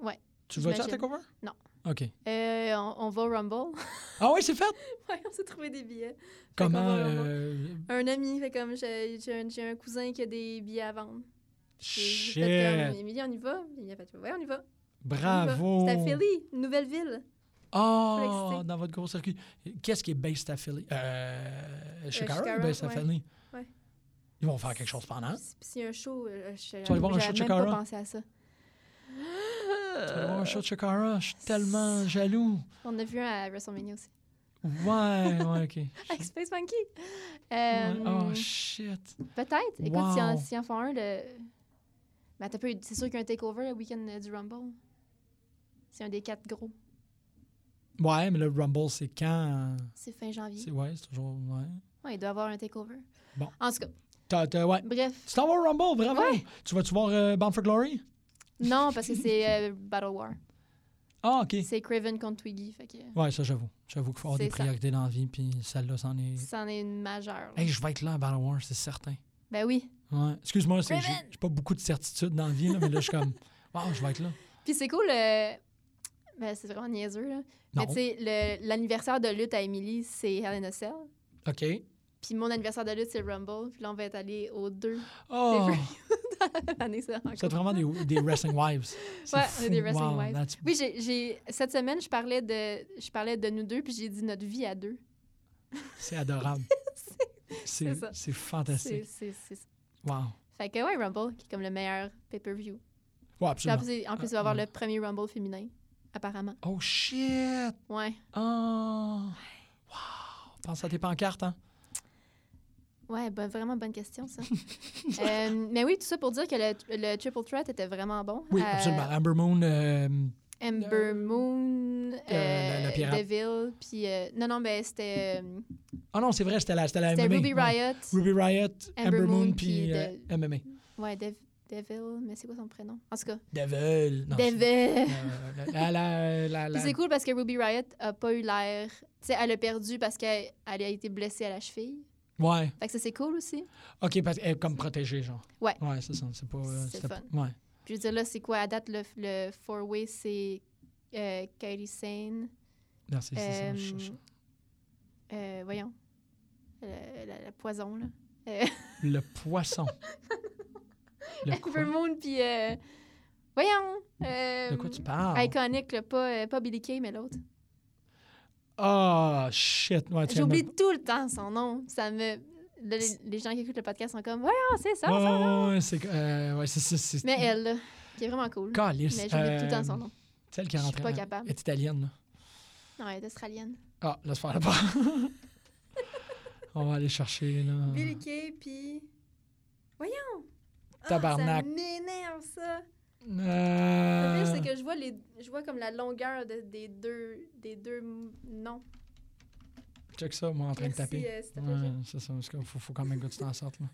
Speaker 5: Ouais,
Speaker 3: Tu vas-tu à
Speaker 5: j'imagine.
Speaker 3: TakeOver?
Speaker 5: Non.
Speaker 3: OK.
Speaker 5: Euh, on, on va au Rumble.
Speaker 3: Ah ouais, c'est fait?
Speaker 5: ouais, on s'est trouvé des billets. Fait qu'on
Speaker 3: Comment?
Speaker 5: va au Rumble.
Speaker 3: euh,
Speaker 5: Un ami, fait comme j'ai j'ai un, j'ai un cousin qui a des billets à vendre. J'ai- j'ai fait comme,
Speaker 3: Shit!
Speaker 5: Émilie, on y va? Il a fait, ouais, on y va.
Speaker 3: Bravo!
Speaker 5: C'est à Philly, une nouvelle ville.
Speaker 3: Ah,
Speaker 5: Flexité.
Speaker 3: dans votre gros circuit. Qu'est-ce qui est based à Philly? Euh, Chicago,
Speaker 5: Chicago,
Speaker 3: based à
Speaker 5: ouais.
Speaker 3: Philly?
Speaker 5: Ouais.
Speaker 3: Ils vont faire quelque chose pendant.
Speaker 5: Puis s'il y a un show, euh, je suis
Speaker 3: Hein? vas aller voir un show de
Speaker 5: même pas
Speaker 3: Chikara?
Speaker 5: pensé à ça.
Speaker 3: Tu vas voir un show de Chikara? Je suis tellement jaloux.
Speaker 5: On a vu un à WrestleMania aussi.
Speaker 3: Ouais, ouais, OK.
Speaker 5: Avec Space Monkey.
Speaker 3: Ouais.
Speaker 5: Euh,
Speaker 3: Oh, shit.
Speaker 5: Peut-être. Écoute,
Speaker 3: Wow.
Speaker 5: si en, si en font un, le... Ben, Mais attends un peu, c'est sûr qu'il y a un takeover le week-end euh, du Rumble. C'est un des quatre gros.
Speaker 3: Ouais, mais le Rumble, c'est quand?
Speaker 5: C'est fin janvier.
Speaker 3: C'est, ouais, c'est toujours... Ouais.
Speaker 5: Ouais, il doit avoir un takeover.
Speaker 3: Bon.
Speaker 5: En tout cas,
Speaker 3: T'as- t'as- ouais.
Speaker 5: bref.
Speaker 3: Tu t'en vas au Rumble, bravo!
Speaker 5: Ouais.
Speaker 3: Tu vas-tu voir euh, Bound for Glory?
Speaker 5: Non, parce que c'est euh, Battle War.
Speaker 3: Ah, OK.
Speaker 5: C'est Craven contre Twiggy. Fait que
Speaker 3: Ouais, ça, j'avoue. J'avoue qu'il faut avoir des
Speaker 5: C'est ça.
Speaker 3: priorités dans la vie, puis celle-là, c'en est...
Speaker 5: c'en est une majeure. là.
Speaker 3: Hey, je vais être là à Battle War, c'est certain.
Speaker 5: Ben oui.
Speaker 3: Ouais. Excuse-moi, c'est que j'ai
Speaker 5: Raven!
Speaker 3: j'ai pas beaucoup de certitudes dans la vie, là, mais là, je suis comme... Wow, je vais être là.
Speaker 5: Puis c'est cool. euh, Ben, c'est vraiment niaiseux, là.
Speaker 3: Non.
Speaker 5: Mais tu sais, le- l'anniversaire de lutte à Émilie, c'est Hell in a Cell.
Speaker 3: OK.
Speaker 5: Puis mon anniversaire de lutte, c'est Rumble. Puis là, on va être allé aux deux
Speaker 3: Oh,
Speaker 5: l'année ça, encore.
Speaker 3: c'est vraiment des, des wrestling wives. C'est
Speaker 5: Ouais,
Speaker 3: fou.
Speaker 5: on est des wrestling
Speaker 3: Wow,
Speaker 5: wives.
Speaker 3: that's-
Speaker 5: Oui, j'ai- j'ai cette semaine, je parlais de je parlais de nous deux, puis j'ai dit notre vie à deux.
Speaker 3: C'est adorable. c'est
Speaker 5: c'est ça.
Speaker 3: c'est
Speaker 5: C'est
Speaker 3: fantastique.
Speaker 5: c'est c'est ça.
Speaker 3: Wow.
Speaker 5: Fait que ouais, Rumble qui est comme le meilleur pay-per-view.
Speaker 3: Ouais,
Speaker 5: Puis En
Speaker 3: absolument.
Speaker 5: plus, en plus, il va y avoir le premier Rumble féminin apparemment.
Speaker 3: Oh, shit!
Speaker 5: Ouais.
Speaker 3: Oh! Wow! Pense à tes pancartes, hein?
Speaker 5: Ouais, ben, vraiment bonne question ça. Euh, mais oui, tout ça pour dire que le, le Triple Threat était vraiment bon.
Speaker 3: Oui,
Speaker 5: Euh,
Speaker 3: absolument. Amber Moon, euh,
Speaker 5: Ember Moon, euh,
Speaker 3: la- la pirate.
Speaker 5: Devil, puis euh, non non, ben c'était euh,
Speaker 3: Ah non, c'est vrai, c'était la, c'était la
Speaker 5: c'était
Speaker 3: MMA.
Speaker 5: Ruby
Speaker 3: ouais.
Speaker 5: Riot.
Speaker 3: Ruby Riot, Amber, Moon, puis
Speaker 5: de-
Speaker 3: euh, MMA.
Speaker 5: Ouais, Dev- Devil, mais c'est quoi son prénom En tout cas,
Speaker 3: Devil. Non,
Speaker 5: Devil.
Speaker 3: c'est- euh, la, la, la,
Speaker 5: Puis
Speaker 3: la-
Speaker 5: c'est cool parce que Ruby Riot a pas eu l'air. Tu sais, elle a perdu parce qu'elle elle a été blessée à la cheville.
Speaker 3: Ouais.
Speaker 5: Fait que ça, c'est cool aussi.
Speaker 3: OK, parce qu'elle est comme protégée, genre.
Speaker 5: Ouais.
Speaker 3: Ouais, c'est ça. C'est pas... euh,
Speaker 5: C'est
Speaker 3: c'était
Speaker 5: fun.
Speaker 3: pas- Ouais.
Speaker 5: Puis je veux dire, là, c'est quoi à date le, le four-way C'est euh, Kairi Sane.
Speaker 3: Non, c'est c'est ça. je
Speaker 5: euh,
Speaker 3: cherche.
Speaker 5: euh, voyons. Le, la, la poison, là. Euh,
Speaker 3: Le poisson. Le quoi?
Speaker 5: Amber Moon, puis. euh, voyons. euh,
Speaker 3: De quoi tu parles?
Speaker 5: Iconic, là, pas, euh, pas Billy Kay, mais l'autre.
Speaker 3: Ah, shit. Ouais, tu viens de me-
Speaker 5: J'oublie tout le temps son nom. Ça me. là, les, les gens qui écoutent le podcast sont comme, voyons, c'est ça,
Speaker 3: Ouais,
Speaker 5: ça.
Speaker 3: ouais, ouais, c'est... euh, ouais, c'est- c'est- c'est-
Speaker 5: Mais elle, là, qui est vraiment cool.
Speaker 3: Calice.
Speaker 5: Mais j'oublie tout le temps
Speaker 3: euh,
Speaker 5: son nom.
Speaker 3: Celle qui est
Speaker 5: Je suis
Speaker 3: rentrée.
Speaker 5: pas
Speaker 3: en-
Speaker 5: capable.
Speaker 3: est italienne, là.
Speaker 5: Non, elle est australienne.
Speaker 3: Ah, laisse faire là-bas. On va aller chercher, là.
Speaker 5: Billy Kay, puis... Voyons! Ah,
Speaker 3: Tabarnak.
Speaker 5: ça m'énerve, ça! Le
Speaker 3: Euh,
Speaker 5: pire, c'est que je vois, les... je vois comme la longueur de- des deux, des deux m- noms.
Speaker 3: Check ça, moi, en train
Speaker 5: Merci,
Speaker 3: de taper.
Speaker 5: euh, s'il te plaît,
Speaker 3: Ouais,
Speaker 5: Jim.
Speaker 3: c'est ça, parce qu'il faut, faut quand même que tu t'en sortes, là.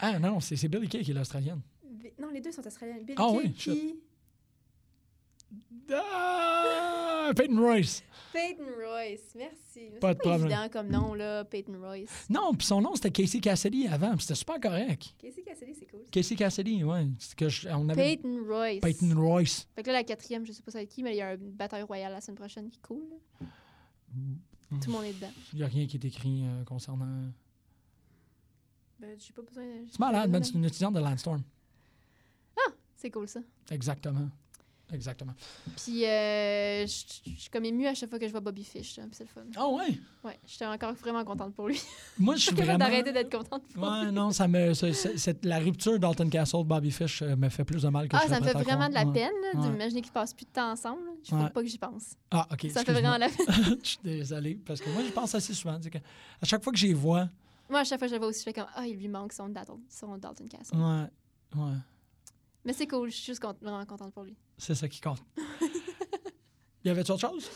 Speaker 3: Ah non, c'est c'est Billy Kay qui est l'Australienne.
Speaker 5: Bi- Non, les deux sont australiennes. Billy
Speaker 3: Ah
Speaker 5: Kay,
Speaker 3: oui,
Speaker 5: puis
Speaker 3: Ah, Peyton Royce.
Speaker 5: Peyton Royce. Merci.
Speaker 3: Pas de
Speaker 5: C'est
Speaker 3: problème.
Speaker 5: évident comme nom, là, Peyton Royce.
Speaker 3: Non, puis son nom, c'était Casey Cassidy avant, puis c'était super correct.
Speaker 5: Casey Cassidy, c'est cool.
Speaker 3: Casey Cassidy, ouais. c'est que je- on avait
Speaker 5: Peyton Royce.
Speaker 3: Ah, Peyton Royce.
Speaker 5: Fait que là, la quatrième, je sais pas ça va être qui, mais il y a une bataille royale la semaine prochaine qui coule. là.
Speaker 3: Mm.
Speaker 5: Tout le monde est dedans.
Speaker 3: Il n'y a rien qui est écrit euh, concernant...
Speaker 5: Ben, j'ai pas besoin de...
Speaker 3: C'est malade, man, c'est une étudiante de Landstorm.
Speaker 5: C'est cool, ça.
Speaker 3: Exactement. Exactement.
Speaker 5: Puis, euh, je je suis comme émue à chaque fois que je vois Bobby Fish. hein, puis c'est le fun.
Speaker 3: Ah ouais?
Speaker 5: Ouais, j'étais encore vraiment contente pour lui.
Speaker 3: Moi, je suis
Speaker 5: Je
Speaker 3: vraiment...
Speaker 5: d'arrêter d'être contente pour lui.
Speaker 3: Ouais, non, ça me. c'est- c'est- c'est- la rupture d'Alton Castle, Bobby Fish, euh, me fait plus de mal que
Speaker 5: Ah,
Speaker 3: je
Speaker 5: ça me
Speaker 3: serais
Speaker 5: fait
Speaker 3: prêt à
Speaker 5: vraiment de la
Speaker 3: croire. Ouais.
Speaker 5: peine là,
Speaker 3: Ouais.
Speaker 5: d'imaginer qu'ils passent plus de temps ensemble. là. Je ne
Speaker 3: Ouais.
Speaker 5: pas que j'y pense.
Speaker 3: Ah, OK.
Speaker 5: Ça me fait vraiment de la peine.
Speaker 3: Je suis désolé, parce que moi, je pense assez souvent. tu sais, que à chaque fois que j'y vois.
Speaker 5: Moi, à chaque fois que je le vois aussi, je fais comme Ah, il lui manque son Dalton, son Dalton Castle.
Speaker 3: Ouais. Ouais.
Speaker 5: Mais c'est cool, je suis juste cont- vraiment contente pour lui.
Speaker 3: C'est ça qui compte. y avait-tu autre chose?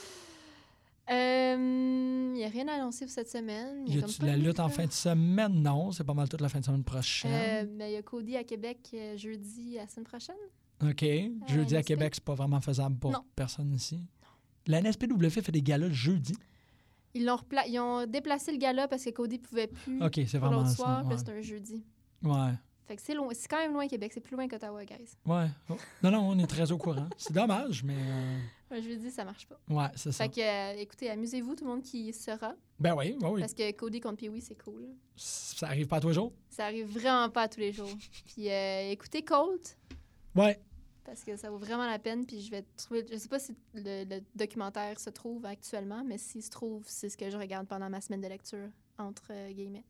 Speaker 5: Euh, Il n'y a rien à annoncer pour cette semaine.
Speaker 3: Y
Speaker 5: comme
Speaker 3: a-tu
Speaker 5: pas
Speaker 3: de la
Speaker 5: de
Speaker 3: lutte en
Speaker 5: nouvelles.
Speaker 3: fin de semaine? Non, c'est pas mal toute la fin de semaine
Speaker 5: Euh,
Speaker 3: prochaine.
Speaker 5: ben, Il y a Cody à Québec euh, jeudi la semaine prochaine.
Speaker 3: OK. Jeudi à
Speaker 5: NSP.
Speaker 3: Québec, c'est pas vraiment faisable pour
Speaker 5: Euh, Non.
Speaker 3: personne ici. La NSPW fait des galas le jeudi.
Speaker 5: Ils, l'ont repla- Ils ont déplacé le gala parce que Cody pouvait plus
Speaker 3: OK, c'est
Speaker 5: Mm. pour
Speaker 3: vraiment
Speaker 5: l'autre
Speaker 3: ça.
Speaker 5: soir,
Speaker 3: ouais.
Speaker 5: puis c'est un jeudi.
Speaker 3: Ouais.
Speaker 5: Fait que c'est loin- c'est quand même loin Québec, c'est plus loin qu'Ottawa, guys.
Speaker 3: Ouais. Oh. Non, non, on est très au courant. C'est dommage, mais euh,
Speaker 5: Un jeudi, ça marche pas.
Speaker 3: ouais, c'est ça.
Speaker 5: Fait que, euh, écoutez, amusez-vous, tout le monde qui y sera,
Speaker 3: Ben oui, oui, oui.
Speaker 5: parce que Cody contre Pee-Wee, c'est cool.
Speaker 3: Ça arrive pas tous les jours.
Speaker 5: Ça arrive vraiment pas tous les jours. Puis euh, écoutez Colt,
Speaker 3: Ouais.
Speaker 5: parce que ça vaut vraiment la peine. Puis je vais trouver. Je sais pas si le, le documentaire se trouve actuellement, mais s'il se trouve, c'est ce que je regarde pendant ma semaine de lecture, entre euh, guillemets.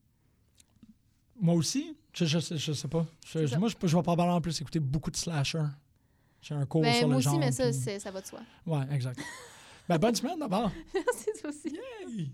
Speaker 3: Moi aussi, je, je, sais- je sais pas. Je-
Speaker 5: C'est ça.
Speaker 3: moi, je, je vais probablement en plus écouter beaucoup de slashers. J'ai un cours
Speaker 5: Ben,
Speaker 3: sur
Speaker 5: moi
Speaker 3: le
Speaker 5: aussi,
Speaker 3: genre.
Speaker 5: mais ça,
Speaker 3: puis-
Speaker 5: c'est- ça va de soi.
Speaker 3: Ouais, exact. ben, bonne semaine d'abord.
Speaker 5: Merci, toi aussi.
Speaker 3: Hey!